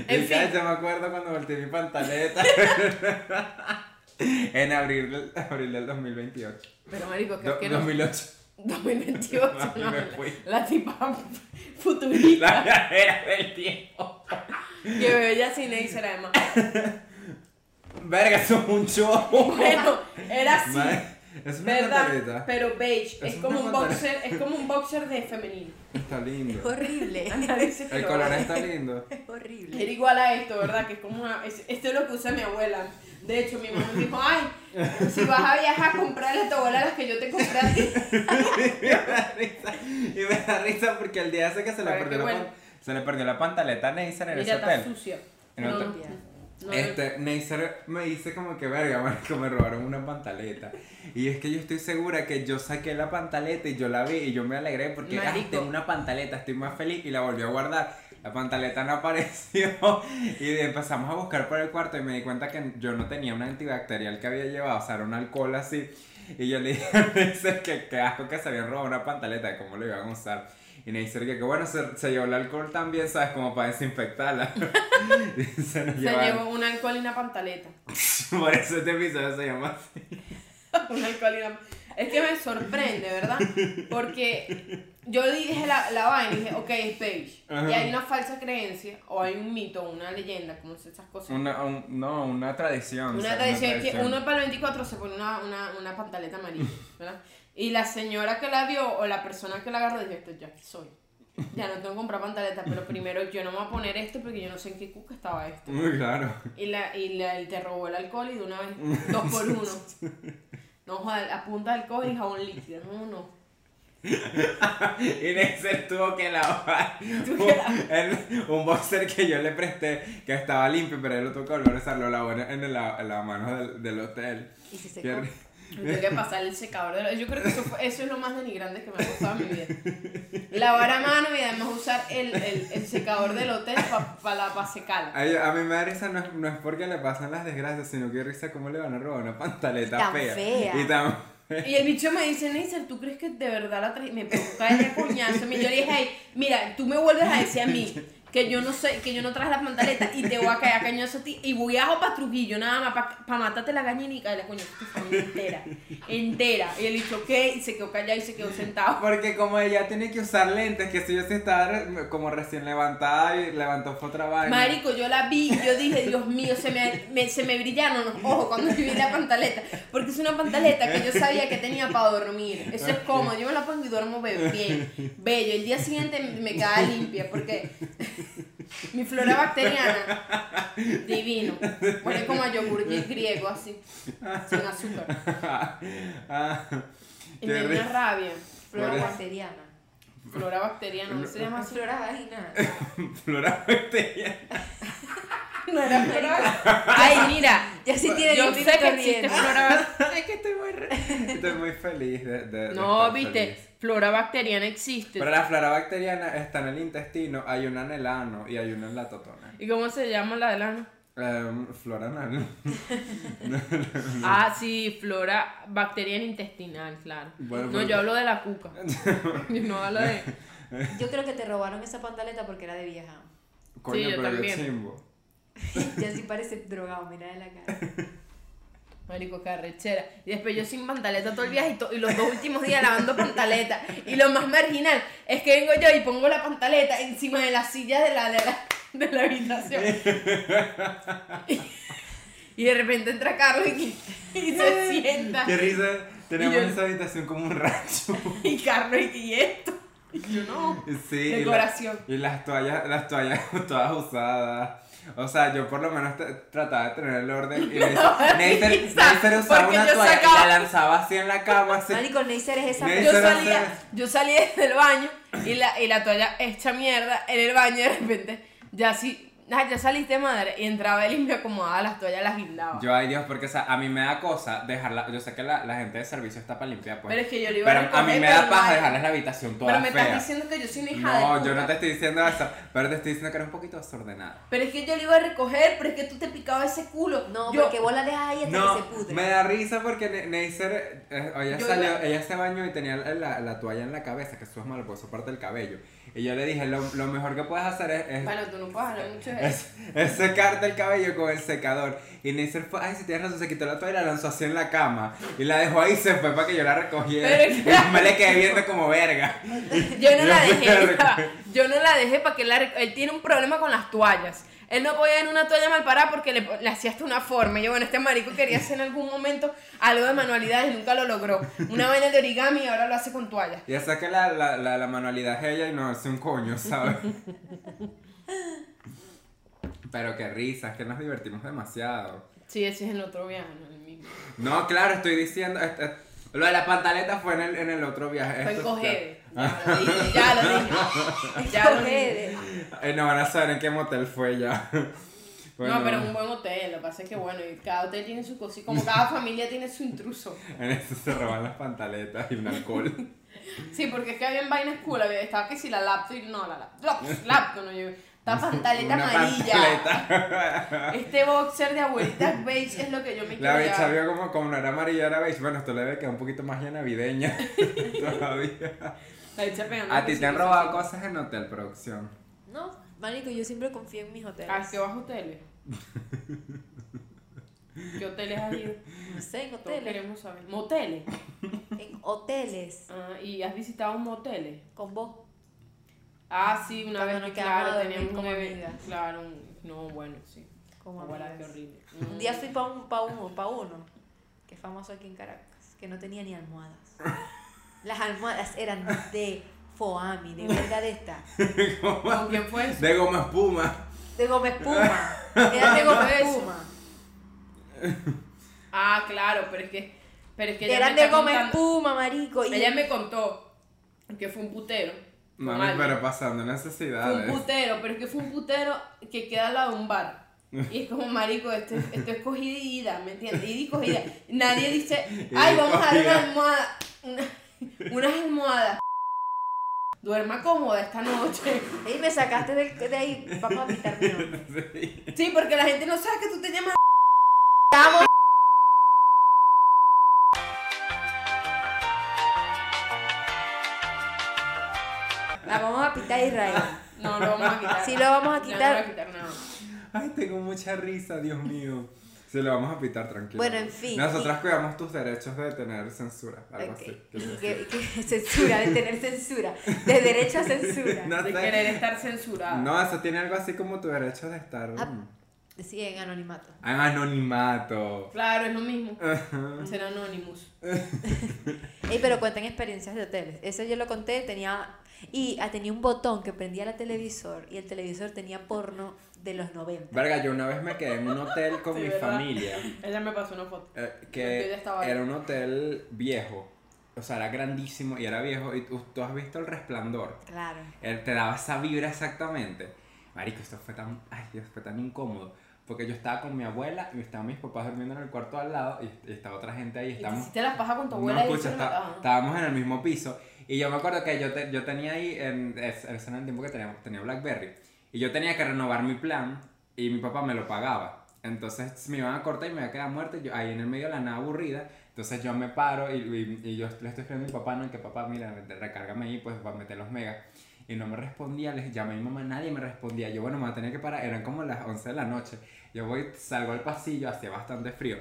S2: En
S1: y cada
S2: fin,
S1: vez me acuerdo cuando volteé mi pantaleta. en abril, abril del 2028.
S2: pero marico, que
S1: Do-
S2: que
S1: 2008.
S2: 2028, no,
S1: Me
S2: la-
S1: fui.
S2: la tipa futurista
S1: La viajera del tiempo.
S2: que veo ya sin y además.
S1: Verga, eso es un show.
S2: Bueno, era así,
S1: Madre, Es una
S2: Ah, ¿verdad?
S1: pantaleta.
S2: Pero beige, es,
S1: Es una
S2: como un
S1: pantaleta.
S2: boxer, es como un boxer de femenino.
S1: Está
S3: Es
S1: lindo.
S3: horrible.
S2: Análisis
S1: El
S2: global.
S1: color está lindo.
S3: Es horrible.
S2: Era igual a esto, ¿verdad? Que es como una. es- esto es lo que usa mi abuela. De hecho, mi mamá me dijo: Ay, si vas a viajar, comprarle a tu abuela las que yo te compré a ti.
S1: Y me da risa porque el día ese que se le
S2: Para
S1: perdió
S2: que
S1: la,
S2: huela.
S1: pan- se le perdió la pantaleta a Neisser en
S2: Mira,
S1: ese
S2: está
S1: hotel.
S2: sucia.
S1: En el
S2: No,
S1: hotel.
S2: no. No,
S1: Este, Neisser me dice como que verga, marico, me robaron una pantaleta. Y es que yo estoy segura que yo saqué la pantaleta y yo la vi y yo me alegré porque "Ay,
S2: Marico.
S1: tengo una pantaleta, estoy más feliz y la volví a guardar. La pantaleta no apareció y empezamos a buscar por el cuarto y me di cuenta que yo no tenía un antibacterial que había llevado, o sea, era un alcohol así. Y yo le dije a Neisser que qué asco que se habían robado una pantaleta, cómo lo iban a usar. Y Neisser que, que bueno, se, se llevó el alcohol también, ¿sabes? Como para desinfectarla. se nos
S2: Se
S1: llevaron.
S2: llevó un alcohol y una pantaleta.
S1: Por eso este episodio se llama así.
S2: un alcohol y una- Es que me sorprende, ¿verdad? Porque yo dije la, la vaina y dije, ok, es beige.
S1: Ajá.
S2: Y hay una falsa creencia, o hay un mito, una leyenda, como se- esas cosas.
S1: Una,
S2: Una,
S1: un- no, una tradición. o sea,
S2: tradición es que uno para el 24 se pone una, una, una pantaleta amarilla, ¿verdad? Y la señora que la vio o la persona que la agarró dijo, esto ya aquí soy. Ya no tengo que comprar pantaletas, pero primero yo no me voy a poner esto porque yo no sé en qué cuca estaba esto.
S1: Muy claro.
S2: Y, la, y la, y te robó el alcohol y de una vez, dos por uno. No, joder, a punta de alcohol y jabón líquido. No, no.
S1: Inés se tuvo que lavar
S2: Tuvo que lavar.
S1: un, el- un boxer que yo le presté, que estaba limpio, pero él lo tuvo que volver a usar, lo lavó en, en la, en la mano del, del hotel.
S3: Y se
S1: Qué
S3: secó.
S1: ri-
S2: Tengo que pasar el secador. de la- Yo creo que eso, fue- eso es lo más denigrante que me ha pasado en mi vida. Lavar a mano y además usar el, el, el secador del hotel para la pa secar.
S1: Ay, a mi madre risa no es, no es porque le pasan las desgracias, sino que risa cómo le van a robar una pantaleta
S3: Y tan
S1: fea.
S3: fea.
S1: Y tan
S2: Y el bicho me dice, Neisser, ¿tú crees que de verdad la traí? Me provoca ella coñazo. Y yo le dije, "Ey, mira, tú me vuelves a decir a mí que yo no soy, que yo no traje la pantaleta y te voy a caer a cañazo a ti. Y voy a para Trujillo nada más para matarte la gallina y caerle a coñazo a tu familia entera. Entera. Y el bicho, ¿qué? Y se quedó callado y se quedó sentado.
S1: Porque como ella tiene que usar lentes, que si yo sí estaba re- como recién levantada y levantó fue otra vaina.
S2: Marico, yo la vi y yo dije, Dios mío, se me, me- se me brillaron los ojos cuando yo vi la pantaleta. Porque es una pantaleta que yo sabía que tenía para dormir. Eso es cómodo. Yo me la pongo y duermo be- bien, bello. El día siguiente me quedaba limpia porque mi flora bacteriana, divino. Huele como a yogur griego, así, sin azúcar.
S1: Ah,
S2: Y
S1: qué
S2: me dio
S1: ri-
S2: una rabia.
S3: Flora
S1: Flora-
S3: bacteriana.
S2: Flora bacteriana, no se llama
S3: Más
S2: así.
S3: flora vagina.
S1: Flora bacteriana.
S2: No era flora bacteriana. Ay, mira.
S3: Ya sí tiene
S2: Yo
S3: un
S2: sé
S3: filtro
S2: que existe
S3: bien.
S2: flora bacteriana. Es que estoy muy re-
S1: Estoy muy feliz de, de- de
S2: No,
S1: estar
S2: viste,
S1: feliz.
S2: flora bacteriana existe.
S1: Pero la flora bacteriana está en el intestino, hay una en el ano y hay una en la totona.
S2: ¿Y cómo se llama la de lana?
S1: Em, flora anal.
S2: Ah, sí, flora bacteriana intestinal, claro.
S1: Bueno,
S2: no,
S1: pero-
S2: yo hablo de la cuca. yo no hablo de.
S3: Yo creo que te robaron esa pantaleta porque era de vieja.
S1: Coño,
S2: yo
S1: pero qué
S2: también.
S1: chimbo.
S3: Ya sí parece drogado, mira de la cara.
S2: Marico, carrechera. Y después yo sin pantaleta todo el viaje y, to- y los dos últimos días lavando pantaleta. Y lo más marginal es que vengo yo y pongo la pantaleta encima de la silla de la, de la, de la habitación. Y, y de repente entra Carlos y, y se sienta.
S1: Qué risa, tenemos
S2: Y yo-
S1: esa habitación como un rancho.
S2: Y Carlos y ¿y esto. Y yo no.
S1: Sí, y la-
S2: Decoración.
S1: Y, las toallas, las toallas todas usadas. O sea, yo por lo menos te- trataba de tener el orden. Y Neisser- Neisser Neisser usaba
S2: porque
S1: una
S2: yo
S1: toalla
S2: sacaba-
S1: y la lanzaba así en la cama. Así.
S3: Marico, Neisser es esa.
S1: Neisser-
S2: Yo
S1: Eso era
S2: salía,
S1: hacer-
S2: yo salí desde el baño y la, y la toalla hecha mierda en el baño y de repente ya sí, ah, ya saliste madre y entraba él y me acomodaba las toallas, las guindaba.
S1: Yo, ay Dios, porque o sea, a mí me da cosa dejarla. Yo sé que la, la gente de servicio está para limpiar, pues.
S2: Pero es que yo le iba a
S1: Pero a
S2: recoger,
S1: mí me
S2: pero
S1: da
S2: no
S1: paja
S2: hay.
S1: dejarles la habitación toda
S2: Pero me
S1: fea.
S2: estás diciendo que yo soy una hija de
S1: no,
S2: puta.
S1: yo no te estoy diciendo eso. Pero te estoy diciendo que eres un poquito desordenada.
S2: Pero es que yo le iba a recoger, pero es que tú te picabas ese culo.
S3: No,
S2: yo,
S3: porque vos la dejas ahí hasta
S1: No,
S3: que se pudre.
S1: me da risa porque Ne- Neisser, eh, ella,
S2: Yo
S1: salió-
S2: iba-
S1: ella se bañó y tenía la, la- la toalla en la cabeza, que eso es malo, porque eso parte del cabello. Y yo le dije, lo, lo mejor que puedes hacer es, es-
S2: Bueno, tú no puedes hablar mucho de eso.
S1: es, es secarte el cabello con el secador. Y Neisser fue, ay, si tienes razón, se quitó la toalla y la lanzó así en la cama. Y la dejó ahí y se fue para que yo la recogiera.
S2: Pero
S1: y
S2: claro.
S1: me le quedé viendo como verga.
S2: Yo no la
S1: Yo
S2: dejé,
S1: me la
S2: ya va. yo no la dejé para que él la reco- él tiene un problema con las toallas. Él no podía en una toalla mal parada porque le, le hacía hasta una forma. Y Yo, bueno, este marico quería hacer en algún momento algo de manualidades y nunca lo logró. Una vaina de origami y ahora lo hace con toallas.
S1: Ya sé que la, la, la, la manualidad es ella y no hace un coño, ¿sabes? Pero qué risa, es que nos divertimos demasiado.
S2: Sí, ese es el otro viaje, no el mismo.
S1: No, claro, estoy diciendo. este- lo de la pantaleta fue en el, en el otro viaje.
S2: Fue en
S1: Esto-
S2: Cogede. Ya lo dije, ya lo dije. Ya lo dije.
S3: Joder.
S1: Eh, Ay, no van a saber en qué motel fue ya.
S2: No, pero un buen hotel, lo que pasa es que bueno, y cada hotel tiene su cosita, como cada familia tiene su intruso.
S1: En eso se roban las pantaletas y un alcohol.
S2: Sí, porque es que había vainas cool, había, estaba que si la laptop, y- no, la laptop, laptop, no, yo, esta pantaleta
S1: Una
S2: amarilla,
S1: pantaleta.
S2: este boxer de abuelitas beige es lo que yo me quiero
S1: La bicha
S2: llevar.
S1: vio como, como no era amarilla, era beige. Bueno, esto le debe quedar un poquito más ya navideña todavía.
S2: La bicha pegando
S1: A ti te
S2: cositas,
S1: han robado
S2: así.
S1: cosas en hotel producción.
S3: No, marico, yo siempre confío en mis
S2: ¿A
S3: hoteles.
S2: Ah, qué vas a hoteles? ¿Qué hoteles has ido?
S3: No sé, en
S2: Todos
S3: hoteles.
S2: queremos saber. ¿Moteles?
S3: En hoteles.
S2: Ah, ¿Y has visitado un moteles?
S3: Con vos.
S2: Ah, sí, una
S3: Cuando
S2: vez,
S3: nos
S2: que,
S3: quedamos
S2: claro,
S3: a dormir
S2: teníamos un
S3: como
S2: evento.
S3: amigas.
S2: Claro, un- no, bueno, sí.
S3: Como
S2: Ahora, qué
S3: amigas.
S2: horrible. Mm.
S3: Un día fui pa' un, pa' uno, pa' uno, que es famoso aquí en Caracas, que no tenía ni almohadas. Las almohadas eran de foami, de verga de esta,
S2: ¿Con quién fue eso?
S1: De goma espuma.
S3: de goma espuma, eran de goma
S2: Eso.
S3: espuma,
S2: Ah, claro, pero es que. Pero es que ella
S3: eran
S2: me
S3: de
S2: está
S3: goma
S2: contando-
S3: espuma, marico, y
S2: Ella me contó que fue un putero. con
S1: Mami,
S2: alguien.
S1: pero pues, pasando
S2: Fue un
S1: necesidades.
S2: putero, pero es que fue un putero que queda al lado de un bar. Y es como, marico, esto, es- esto es cogida y ida, ¿me entiendes? Ida y cogida. Nadie dice,
S1: Ida y
S2: ay, vamos a dar una
S1: cogida".
S2: almohada. una- unas almohadas. Duerma cómoda esta noche.
S3: y me sacaste de, de ahí, vamos a quitarme nombre.
S1: Sí.
S2: Sí, porque la gente no sabe que tú te llamas.
S3: Estamos- La vamos a pitar Israel.
S2: No, lo vamos a quitar.
S3: Sí, lo vamos a
S2: Ya
S3: quitar.
S2: No lo voy a quitar nada.
S1: Ay, tengo mucha risa, Dios mío. Se lo vamos a pitar tranquilo.
S3: Bueno, en fin,
S1: Nosotras
S3: y-
S1: cuidamos tus derechos de tener censura. Algo
S3: Ok.
S1: así.
S3: Y
S1: quiero
S3: que,
S1: decir.
S3: que censura, de tener censura, de derecho a censura.
S1: No
S2: De
S1: sé.
S2: querer estar censurada.
S1: No, eso tiene algo así como tu derecho de estar
S3: Ah.
S1: mm,
S3: Sí, en anonimato.
S1: en anonimato.
S2: Claro, es lo mismo.
S1: Ah.
S2: Ser anónimos.
S3: Ey, pero cuentan experiencias de hoteles. Eso yo lo conté, tenía... Y ah, tenía un botón que prendía la televisor y el televisor tenía porno de los 90.
S1: Verga, yo una vez me quedé en un hotel con
S2: Sí,
S1: mi
S2: ¿verdad?
S1: familia.
S2: Ella me pasó una foto.
S1: eh,
S2: Porque
S1: que
S2: yo estaba ahí.
S1: era un hotel viejo. O sea, era grandísimo y era viejo. Y tú, tú has visto el resplandor.
S3: Claro.
S1: Él te daba esa vibra exactamente. Marico, esto fue tan, ay Dios, fue tan incómodo. Porque yo estaba con mi abuela y estaban mis papás durmiendo en el cuarto al lado y, y estaba otra gente ahí.
S2: Y te
S1: Estábamos,
S2: hiciste la paja con tu
S1: no, pues,
S2: abuela y "Ah".
S1: escucha,
S2: eso no
S1: está-
S2: estaba, ¿no?
S1: estábamos en el mismo piso. Y yo me acuerdo que yo, te- yo tenía ahí, en, es- ese era el tiempo que tenía, tenía Blackberry. Y yo tenía que renovar mi plan y mi papá me lo pagaba. Entonces me iban a cortar y me iba a quedar muerta y yo, ahí en el medio de la nada aburrida. Entonces yo me paro y, y- y yo le estoy escribiendo a mi papá, no, que papá, mira, te- recárgame ahí, pues para meter los megas. Y no me respondía, les llamé a mi mamá, nadie me respondía. Yo, bueno, me voy a tener que parar, eran como las 11 de la noche. Yo voy, salgo al pasillo, hacía bastante frío.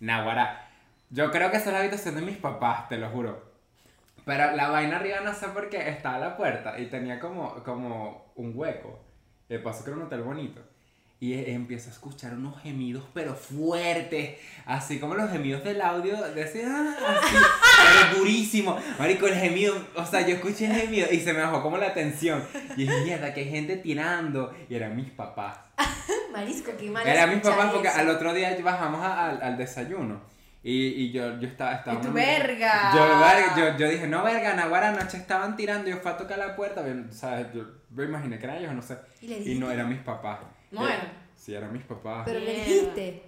S1: Naguará, yo creo que esa es la habitación de mis papás, te lo juro. Pero la vaina arriba no sé por qué estaba la puerta y tenía como, como un hueco. De paso que era un hotel bonito. Y eh, empiezo a escuchar unos gemidos, pero fuertes. Así como los gemidos del audio. De ese, ah, así, pero durísimo. Marico, el gemido. O sea, yo escuché el gemido y se me bajó como la tensión. Y dije, mierda, que hay gente tirando. Y eran mis papás.
S3: Marisco, qué mal.
S1: Era mis papás porque al otro día bajamos a- al, al desayuno. Y, y yo, yo estaba... estaba
S2: Y tu
S1: una-
S2: verga.
S1: Yo, verga, yo, yo dije, no, verga, Nahuara, anoche estaban tirando. Yo fui a tocar la puerta. bien, ¿sabes? Yo me imaginé que eran ellos, no sé.
S3: Y le
S1: Y
S3: dijiste.
S1: no, eran mis papás.
S2: No
S1: Era-
S2: eran.
S1: Sí, eran mis papás.
S3: Pero le
S2: Mierda.
S3: dijiste.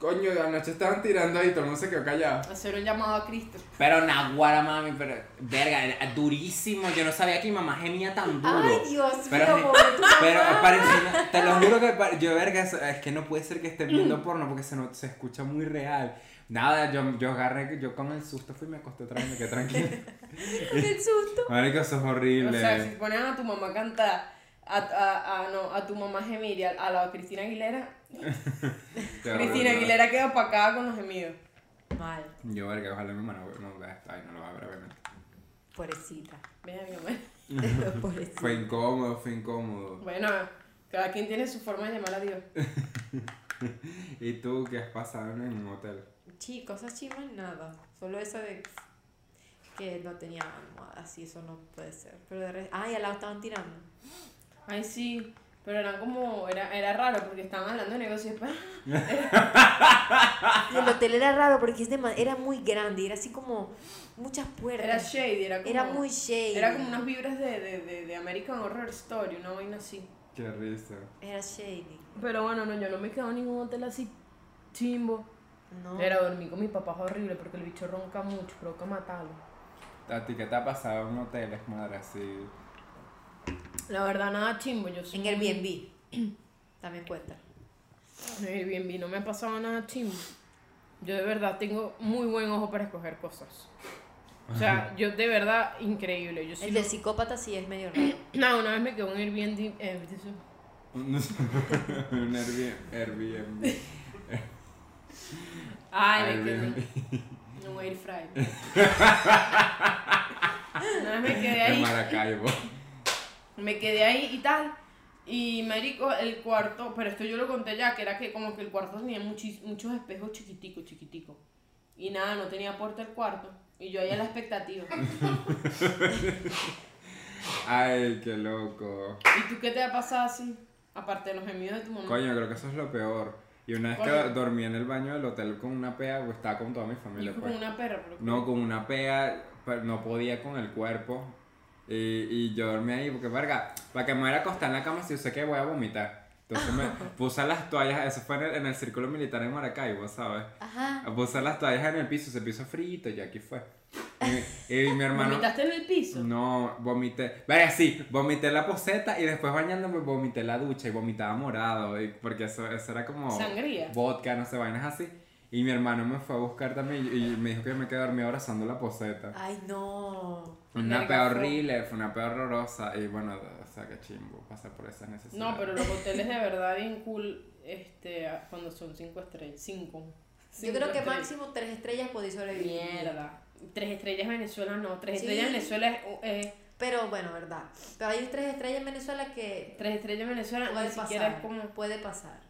S1: Coño, anoche estaban tirando ahí, todo el mundo se quedó callado.
S2: Ah, Hacer un llamado a Cristo.
S1: Pero Nahuara, mami, pero... Verga, era durísimo. Yo no sabía que mi mamá gemía tan duro.
S3: Ay, Dios
S1: Pero,
S3: mío, pobre tu
S1: pero
S3: mamá.
S1: parecía- te lo juro que pa- yo, verga, es, es que no puede ser que estén viendo
S2: Mm.
S1: porno porque se, no- se escucha muy real. Nada, yo, yo agarré, yo con el susto fui y me acosté otra vez, me quedé tranquilo.
S3: Del susto.
S1: Marico, eso es horrible.
S2: O sea, si ponen a tu mamá a cantar, a, a, a- no, a tu mamá gemir y a, a la Cristina Aguilera,
S1: Te lo
S2: Cristina
S1: juro.
S2: Aguilera queda opacada con los gemidos.
S3: Mal,
S1: Yo, verga, ojalá mi hermano no vea esto. Ay, no lo va a ver, obviamente.
S3: pobrecita.
S2: Mira, mi mamá.
S3: pobrecita.
S1: Fue incómodo, fue incómodo.
S2: Bueno, cada quien tiene su forma de llamar a Dios.
S1: ¿Y tú qué has pasado en un hotel?
S3: Sí, cosas chimas, nada. Solo eso de que no tenía almohadas y eso no puede ser. Pero de resto. Ah, y al lado estaban tirando.
S2: Ay, sí. Pero eran como, era, era raro porque estaban hablando de negocios. pues, pa.
S3: Y el hotel era raro porque es dema- era muy grande y era así como muchas puertas.
S2: Era shady, era como.
S3: Era muy shady.
S2: Era como unas vibras de, de, de, de American Horror Story, una vaina así.
S1: Qué risa.
S3: Era shady.
S2: Pero bueno, no, yo no me quedo en ningún hotel así chimbo.
S3: No.
S2: Era dormir con mi papá fue horrible porque el bicho ronca mucho, provoca matarlo.
S1: ¿A ti qué te ha pasado en hoteles, madre? Así.
S2: La verdad, nada chimbo. Yo soy
S3: En
S2: muy-
S3: Airbnb. También cuenta.
S2: En Airbnb no me ha pasado nada chimbo. Yo de verdad tengo muy buen ojo para escoger cosas. O sea, yo de verdad, increíble. Yo sí
S3: El
S2: lo-
S3: del psicópata sí es medio raro.
S2: No, una vez me quedó en Airbnb. eh,
S1: Un un Airbnb. Airbnb.
S2: Ay, me quedé.
S1: Airbnb.
S2: En un air fryer. una vez me quedé
S1: En
S2: ahí.
S1: Maracaibo.
S2: Me quedé ahí y tal. Y marico, el cuarto, pero esto yo lo conté ya, que era que como que el cuarto tenía muchis- muchos espejos chiquiticos, chiquiticos. Y nada, no tenía puerta el cuarto. Y yo ahí a la expectativa.
S1: Ay, qué loco.
S2: ¿Y tú qué te ha pasado así? Aparte de los gemidos de tu mamá.
S1: Coño, creo que eso es lo peor. Y una vez que
S2: Coño.
S1: dormí en el baño del hotel con una pea, pues estaba con toda mi familia.
S2: Y como
S1: pues.
S2: una perra, pero...
S1: No, con una pea, pero no podía con el cuerpo. Y, y yo dormí ahí, porque verga, para que me voy a acostar en la cama si yo sé que voy a vomitar. Entonces me puse las toallas, eso fue en el, en el círculo militar en Maracaibo, ¿sabes?
S3: Ajá.
S1: Puse las toallas en el piso, ese piso frito, y aquí fue. Y, y mi hermano.
S2: ¿Vomitaste en el piso?
S1: No, vomité. Vaya, sí, vomité la poseta y después bañándome vomité la ducha y vomitaba morado. y- porque eso, eso era como.
S2: Sangría.
S1: Vodka, no sé, vainas así. Y mi hermano me fue a buscar también y, y me dijo que me quedé dormido abrazando la poseta.
S3: Ay, no.
S1: Una
S2: verga,
S1: pea
S2: Ah, fue.
S1: horrible, fue una pea horrorosa. Y bueno, o sea, que chimbo pasar por esas necesidades.
S2: No, pero los hoteles de verdad bien cool este, cuando son cinco estrellas. Cinco.
S3: Yo
S2: Cinco
S3: creo que
S2: estrellas.
S3: máximo tres estrellas podéis sobrevivir.
S2: Mierda. Tres estrellas Venezuela no. Tres
S3: Sí.
S2: estrellas Venezuela es. eh,
S3: Pero bueno, verdad. Pero hay tres estrellas en Venezuela que
S2: tres estrellas Venezuela
S3: puede
S2: ni siquiera es
S3: pasar.
S2: como.
S3: Puede pasar.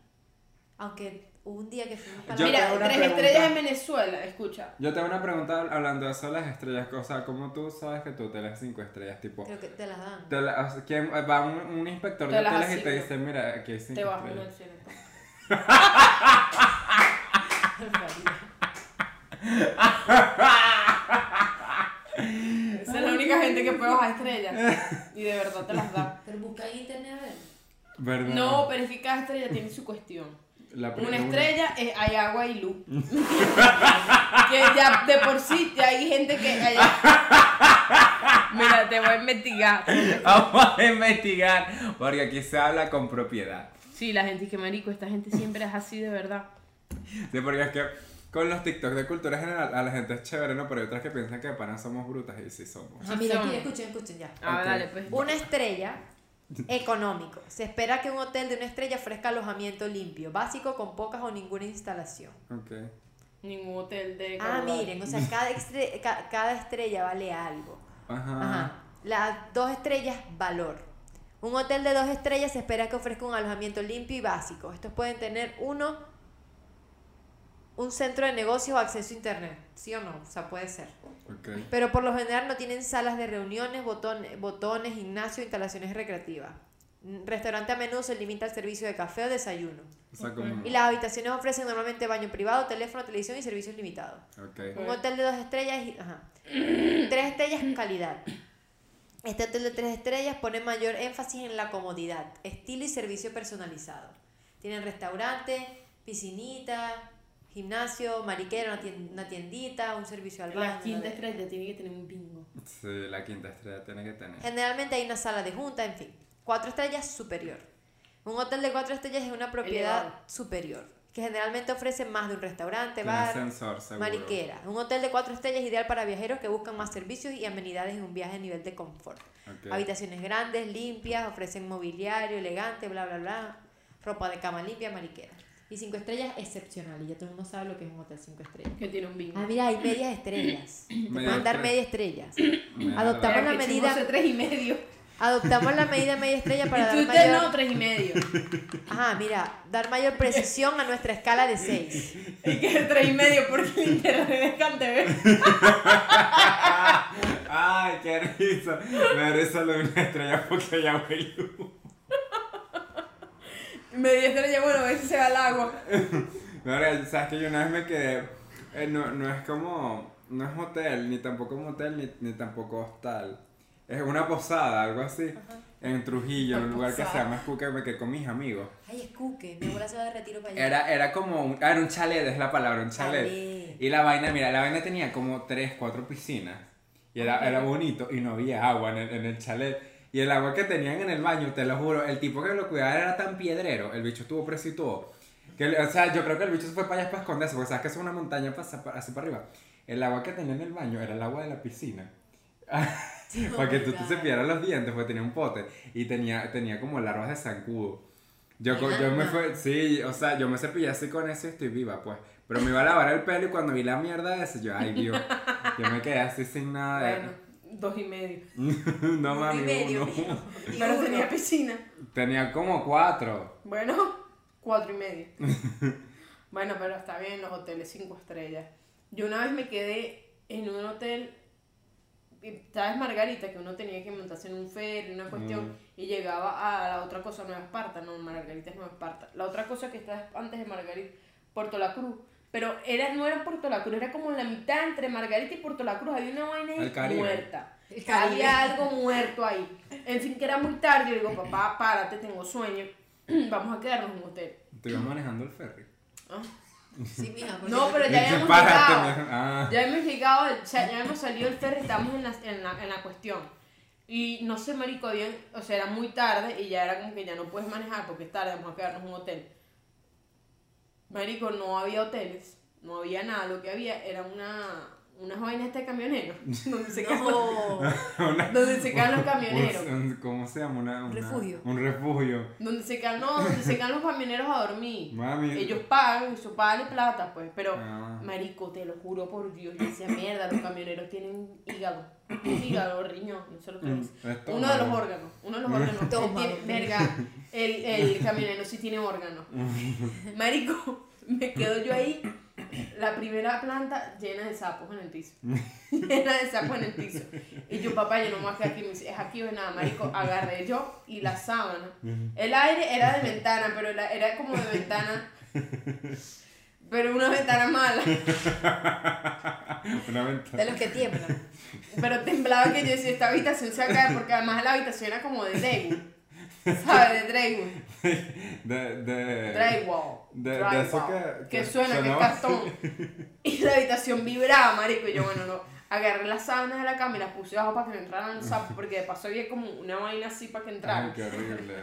S3: Aunque hubo un día que fuimos para
S1: Yo
S2: Mira,
S1: tengo
S2: tres
S1: una pregunta.
S2: estrellas en Venezuela, escucha.
S1: Yo tengo una pregunta hablando de eso de las estrellas. O sea, ¿cómo tú sabes que tu hotel es cinco estrellas? Tipo,
S3: Creo que te las dan.
S1: te la- o sea, ¿quién- va un, un inspector
S2: Te
S1: de
S2: las
S1: hoteles y te
S2: asigno.
S1: dice, mira, aquí hay cinco
S2: Te bajo una
S1: estrellas.
S2: cielo. Esa es la única gente que puede bajar estrellas. Y de verdad te las da.
S3: Pero busca en internet a ver.
S1: ¿Verdad?
S2: No, pero es que cada estrella tiene su cuestión.
S1: La
S2: Una
S1: primera-
S2: estrella es hay agua y luz. que ya de por sí ya hay gente que allá- Mira, te voy a investigar.
S1: Vamos a investigar, porque aquí se habla con propiedad.
S2: Sí, la gente que marico, esta gente siempre es así de verdad.
S1: Sí, porque es que con los TikTok de cultura general a la gente es chévere, ¿no? Pero hay otras que piensan que de pana somos brutas y sí somos.
S3: Ah, mira, aquí,
S2: son.
S3: escuchen, escuchen ya.
S2: Ah,
S1: Ok.
S2: dale, pues.
S3: Una estrella económico. Se espera que un hotel de una estrella ofrezca alojamiento limpio, básico con pocas o ninguna instalación.
S1: Ok.
S2: Ningún hotel de.
S3: Ah,
S2: caudal.
S3: miren, o sea, cada, extre- ca- cada estrella vale algo.
S1: Ajá.
S3: Ajá. Las dos estrellas, valor. Un hotel de dos estrellas se espera que ofrezca un alojamiento limpio y básico. Estos pueden tener uno, un centro de negocios o acceso a internet. ¿Sí o no? O sea, puede ser.
S1: Ok.
S3: Pero por lo general no tienen salas de reuniones, botones, botones gimnasio, instalaciones recreativas. Mm, Restaurante a menudo se limita al servicio de café o desayuno.
S1: O sea, como.
S3: Y las habitaciones ofrecen normalmente baño privado, teléfono, televisión y servicios limitados.
S1: Ok.
S3: Un hotel de dos estrellas y. Ajá. Tres estrellas, calidad. Este hotel de tres estrellas pone mayor énfasis en la comodidad, estilo y servicio personalizado. Tienen restaurante, piscinita, gimnasio, mariquera, una tien- una tiendita, un servicio al baño.
S2: La quinta
S3: de-
S2: estrella tiene que tener un bingo.
S1: Sí, la quinta estrella tiene que tener.
S3: Generalmente hay una sala de junta, en fin. Cuatro estrellas superior. Un hotel de cuatro estrellas es una propiedad
S2: Elevado.
S3: superior, que generalmente ofrece más de un restaurante,
S1: Tiene
S3: bar,
S1: ascensor, seguro.
S3: Mariquera, un hotel de cuatro estrellas ideal para viajeros que buscan más servicios y amenidades en un viaje a nivel de confort.
S1: Ok.
S3: Habitaciones grandes, limpias, ofrecen mobiliario elegante, bla, bla, bla. Ropa de cama limpia, mariquera. Y cinco estrellas excepcional. Y ya todo el mundo sabe lo que es un hotel cinco estrellas.
S2: Que tiene un bingo.
S3: Ah, mira, hay medias estrellas. Te
S1: Media
S3: pueden dar
S1: estrella.
S3: media estrellas.
S1: Mierda.
S3: Adoptamos
S2: Mira,
S3: la
S2: que
S3: medida-
S2: chimbo hace tres y medio.
S3: Adoptamos la medida media estrella para
S2: y
S3: dar
S2: tú te
S3: mayor...
S2: no, tres y medio.
S3: Ajá, mira, dar mayor precisión a nuestra escala de seis.
S2: y que tres y medio porque el internet es cantebel.
S1: Ay, qué risa. Me da risa lo de una estrella porque ya voy
S2: Media estrella, bueno, a veces se va al agua.
S1: No, real, sabes que yo una vez me quedé. eh, no, no es como. No es hotel, ni tampoco motel, ni, ni tampoco hostal. Es una posada, algo así. en Trujillo, en un lugar que se llama Escúqueme, que con mis amigos.
S3: Ay, es cuque. Mi abuela se va de retiro para allá.
S1: Era, era como un, ah, era un chalet, es la palabra, un chalet.
S3: Chalet.
S1: Y la vaina, mira, la vaina tenía como tres, cuatro piscinas. Y era, era bonito y no había agua en el, en el chalet. Y el agua que tenían en el baño, te lo juro, el tipo que lo cuidaba era tan piedrero, el bicho estuvo preso y todo. Que, el- o sea, yo creo que el bicho se fue para allá para esconderse, porque sabes que es una montaña pasa pa- así para arriba. El agua que tenía en el baño era el agua de la piscina. para que tú te
S3: God.
S1: cepillara los dientes, porque tenía un pote. Y tenía, tenía como larvas de zancudo. Yo, co- yo me
S3: Ah.
S1: fue, sí, o sea, yo me cepillé así con eso y estoy viva, pues. Pero me iba a lavar el pelo y cuando vi la mierda de eso, yo, ay, Dios. Yo me quedé así sin nada. de-
S3: Bueno,
S2: Dos y medio.
S1: no
S3: uno y
S1: mami,
S3: medio,
S1: uno.
S3: mijo. Y
S2: Pero
S3: uno.
S2: tenía piscina.
S1: Tenía como cuatro.
S2: Bueno, cuatro y medio. bueno, pero está bien, los hoteles cinco estrellas. Yo una vez me quedé en un hotel, y- ¿sabes Margarita? Que uno tenía que montarse en un ferry, una cuestión,
S1: Mm.
S2: y llegaba a la otra cosa, Nueva Esparta, no, Margarita es Nueva Esparta. La otra cosa que está antes de Margarita, Puerto La Cruz. Pero era, no era Puerto La Cruz, era como la mitad entre Margarita y Puerto La Cruz. Había una vaina ahí
S1: El Caribe.
S2: muerta.
S3: El Caribe.
S2: Había algo muerto ahí. En fin, que era muy tarde. Yo digo, papá, párate, tengo sueño. Vamos a quedarnos en un hotel.
S1: Te iba manejando el ferry.
S2: Ah.
S3: Sí, mija. porque-
S2: No, pero
S1: Y
S2: ya
S1: que
S2: habíamos
S1: párate,
S2: llegado.
S1: mijo. Ah.
S2: Ya hemos llegado, del cha- ya hemos salido del ferry, estamos en la, en la, en la cuestión. Y no sé, marico, bien, o sea, era muy tarde y ya era como que ya no puedes manejar porque es tarde, vamos a quedarnos en un hotel. Marico, no había hoteles, no había nada, lo que había era una, unas vainas de camioneros, donde se quedan,
S3: No.
S2: donde se quedan los camioneros.
S1: Un- un- ¿Cómo se llama? Una, una-
S3: Refugio.
S1: Un refugio.
S2: Donde se quedan, no, donde se quedan los camioneros a dormir.
S1: Mami.
S2: Ellos pagan, eso pagan plata, pues. Pero,
S1: Ah.
S2: marico, te lo juro por Dios, yo decía, mierda, los camioneros tienen hígado. Hígado, riñón, no sé lo que
S1: Mm,
S2: es.
S1: estómago.
S2: Uno de los órganos, uno de los órganos. Él
S3: Estómago.
S2: tiene- verga, el, el camionero sí tiene órganos. Marico, me quedo yo ahí, la primera planta llena de sapos en el piso. llena de sapos en el piso. Y yo, papá, yo no me voy a quedar aquí. Me dice, es aquí o es nada, marico. Agarré yo y la sábana. El aire era de ventana, pero era, era como de ventana. Pero una ventana mala.
S1: Una
S3: De
S1: ventana.
S3: los que tiemblan.
S2: Pero temblaba que yo decía, esta habitación se va a caer, porque además la habitación era como de Dragon. ¿Sabes? De Dragon.
S1: De, de,
S2: Drywall.
S1: De- de
S2: Drywall.
S1: eso que- que
S2: que, suena, que es
S1: sonaba
S2: cartón. Y la habitación vibraba, marico. Y yo, bueno, no. Agarré las sábanas de la cama y las puse abajo para que no entraran los sapos, porque de paso había como una vaina así para que
S1: Ay,
S2: entraran.
S1: qué horrible.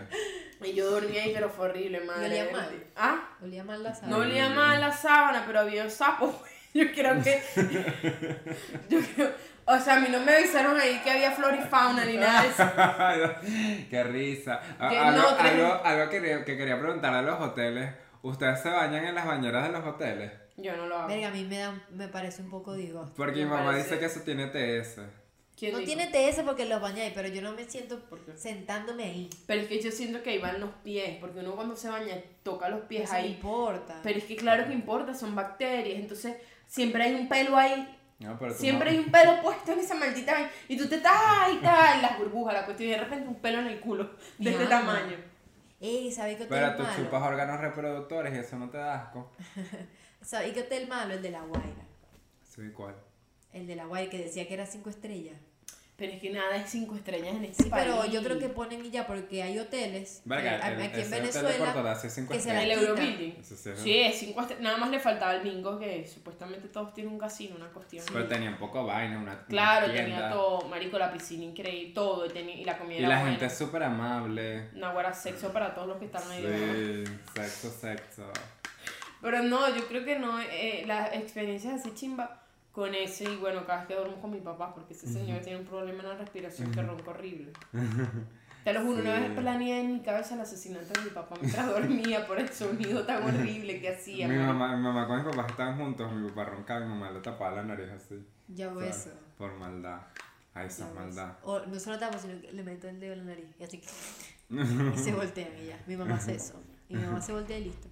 S2: Y yo dormía ahí, pero fue horrible,
S3: ¿Olía
S2: madre.
S3: mal?
S2: ¿Ah?
S3: Olía mal la
S2: No
S3: sala.
S2: olía mal la sábana, pero había un sapo. Yo creo que. Yo creo. O sea, a mí no me avisaron ahí que había flora y fauna ni nada de eso.
S1: qué risa. A-
S2: Que
S1: Algo,
S2: no, tres-
S1: algo, algo que, quería- que quería preguntar a los hoteles. ¿Ustedes se bañan en las bañeras de los hoteles?
S2: Yo no lo hago.
S3: Verga, a mí me, da, me parece un poco digo.
S1: Porque
S2: Me
S1: mi mamá
S2: parece.
S1: dice que eso tiene TS.
S2: ¿Quién
S3: No
S2: dijo?
S3: tiene TS porque los bañáis, pero yo no me siento
S2: ¿Por qué?
S3: sentándome ahí.
S2: Pero es que yo siento que ahí van los pies, porque uno cuando se baña toca los pies
S3: Eso no
S2: ahí.
S3: importa.
S2: Pero es que claro que importa, son bacterias, entonces siempre hay un pelo ahí.
S1: No, pero tú no-
S2: Siempre hay un pelo puesto en esa maldita vaina. Y tú te estás ahí, tal, las burbujas, la cuestión, y de repente un pelo en el culo, de este
S3: Ajá.
S2: tamaño.
S3: Ey, ¿sabéis qué hotel
S1: Pero tú
S3: malo?
S1: chupas órganos reproductores y eso no te da asco.
S3: ¿Sabéis qué hotel malo? El de La Guaira.
S1: Sí, ¿cuál?
S3: El de La Guaira que decía que era cinco estrellas.
S2: Pero es que nada es cinco estrellas en este
S3: Sí, pero
S2: país.
S3: yo creo que ponen y ya porque hay hoteles que
S2: Eh,
S1: Verga,
S3: a-
S1: el-
S3: aquí en
S1: ese hotel de
S3: Venezuela
S1: Córdoba hace cinco
S3: que se la
S2: El
S3: quitan.
S2: Eurobuilding.
S1: Eso sí es
S2: Sí, es cinco estrellas. Nada más le faltaba el bingo, que supuestamente todos tienen un casino, una cuestión.
S1: Pero tenía un poco de vaina, una. una
S2: Claro,
S1: tienda.
S2: tenía todo, marico, la piscina increíble, todo, y, tenía, y la comida
S1: Y
S2: era
S1: la
S2: buena.
S1: gente es súper amable.
S2: Naguará, sexo para todos los que están ahí. ¿verdad?
S1: Sí, sexo, sexo.
S2: Pero no, yo creo que no, eh, las experiencias así chimba con eso y bueno, cada vez que duermo con mi papá, porque ese señor tiene un problema en la respiración que ronca horrible. Te lo juro, una
S1: Sí.
S2: vez planeé en mi cabeza el asesinato de mi papá mientras dormía por el sonido tan horrible que hacía.
S1: mi,
S2: marico.
S1: mamá, mi mamá con mis papás estaban juntos, mi papá roncaba, mi mamá le tapaba la nariz así.
S3: Ya
S1: O
S3: hago
S1: sea,
S3: eso.
S1: Por maldad. Ay,
S3: ya
S1: esa
S3: hago
S1: maldad.
S3: eso. O no solo tapo, sino que le meto el dedo en la nariz. Y así que y se voltean y ya. Mi mamá hace eso. Y mi mamá se voltea y listo.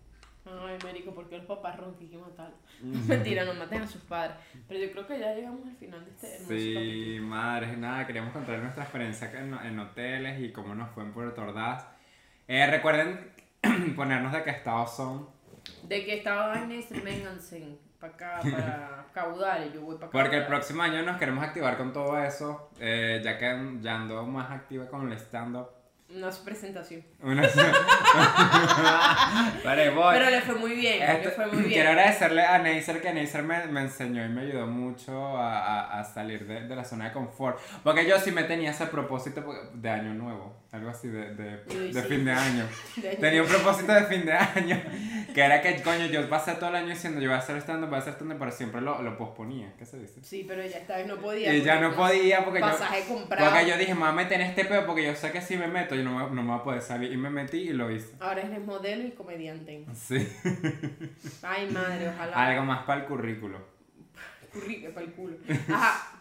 S2: Ay, marico, ¿por qué los papás roncan? Hay que matarlos. Mentira, no maten a sus padres. Pero yo creo que ya llegamos al final de este hermoso capítulo.
S1: Sí, madres, nada, queríamos contar nuestra experiencia en, en hoteles y cómo nos fue en Puerto Ordaz. Eh, recuerden ponernos de qué estado son,
S2: De que estaban en ese, vénganse para acá, para caudales, yo voy para acá.
S1: porque el próximo año nos queremos activar con todo eso, eh, ya que ya ando más activa con el stand-up.
S2: Una presentación.
S1: Una... vale, voy.
S2: Pero le fue muy bien, le
S1: Esto-
S2: fue muy
S1: Quiero
S2: bien.
S1: agradecerle a Neisser que Neisser me, me enseñó y me ayudó mucho a, a- a salir de, de la zona de confort. Porque yo sí me tenía ese propósito porque- de año nuevo, algo así de, de-
S2: Uy,
S1: de
S2: sí.
S1: fin de año.
S2: De año
S1: Tenía un propósito de fin de año que era que, coño, yo pasé todo el año diciendo yo voy a hacer stand-up, voy a hacer stand-up, pero siempre lo, lo posponía. ¿Qué se dice?
S2: Sí, pero ya esta vez no podía.
S1: Y ya
S2: porque
S1: no podía porque
S2: Pasaje
S1: yo.
S2: comprado.
S1: Porque yo dije, me voy a meter en este peo porque yo sé que si me meto yo no, me- no me voy a poder salir. Y me metí y lo hice.
S2: Ahora eres modelo y comediante.
S1: Sí.
S2: Ay, madre, ojalá.
S1: Algo más para el currículo.
S2: Currique para el culo. Ajá.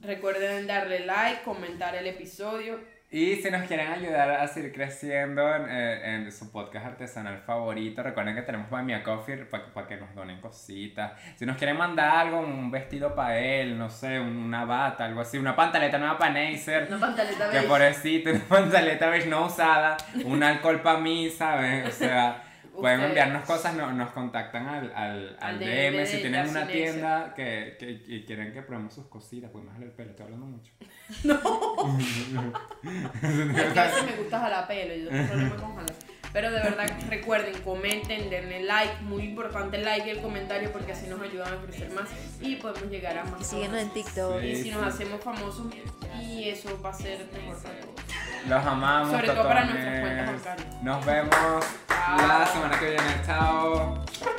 S2: Recuerden darle like, comentar el episodio.
S1: Y si nos quieren ayudar a seguir creciendo en, eh, en su podcast artesanal favorito, recuerden que tenemos para Mia Coffee para que nos donen cositas. Si nos quieren mandar algo, un vestido para él, no sé, un- una bata, algo así, una pantaleta nueva para Neisser,
S2: Una pantaleta
S1: que
S2: beige.
S1: pobrecito, una pantaleta beige no usada, un alcohol para mí, ¿sabes? O sea, pueden
S2: Ustedes.
S1: enviarnos cosas, no- nos contactan al, al, al
S2: Al
S1: DM,
S2: DM
S1: si
S2: de
S1: tienen
S2: Jazz
S1: una
S2: y Neisser.
S1: tienda que, que- y quieren que probemos sus cositas, pues más el pelo, estoy hablando mucho.
S2: Es que a veces me gusta jalar pelo, yo tengo problema con jalar. Pero de verdad, recuerden, comenten, denle like, muy importante el like y el comentario porque así nos ayudan a crecer más y podemos llegar a
S3: Y
S2: más.
S3: síguenos en TikTok.
S1: Sí.
S2: Y si nos hacemos famosos, y eso va a ser mejor para todos.
S1: Los amamos.
S2: Sobre todo para
S1: totones.
S2: nuestras cuentas bancarias.
S1: Nos vemos la semana que viene. Chao.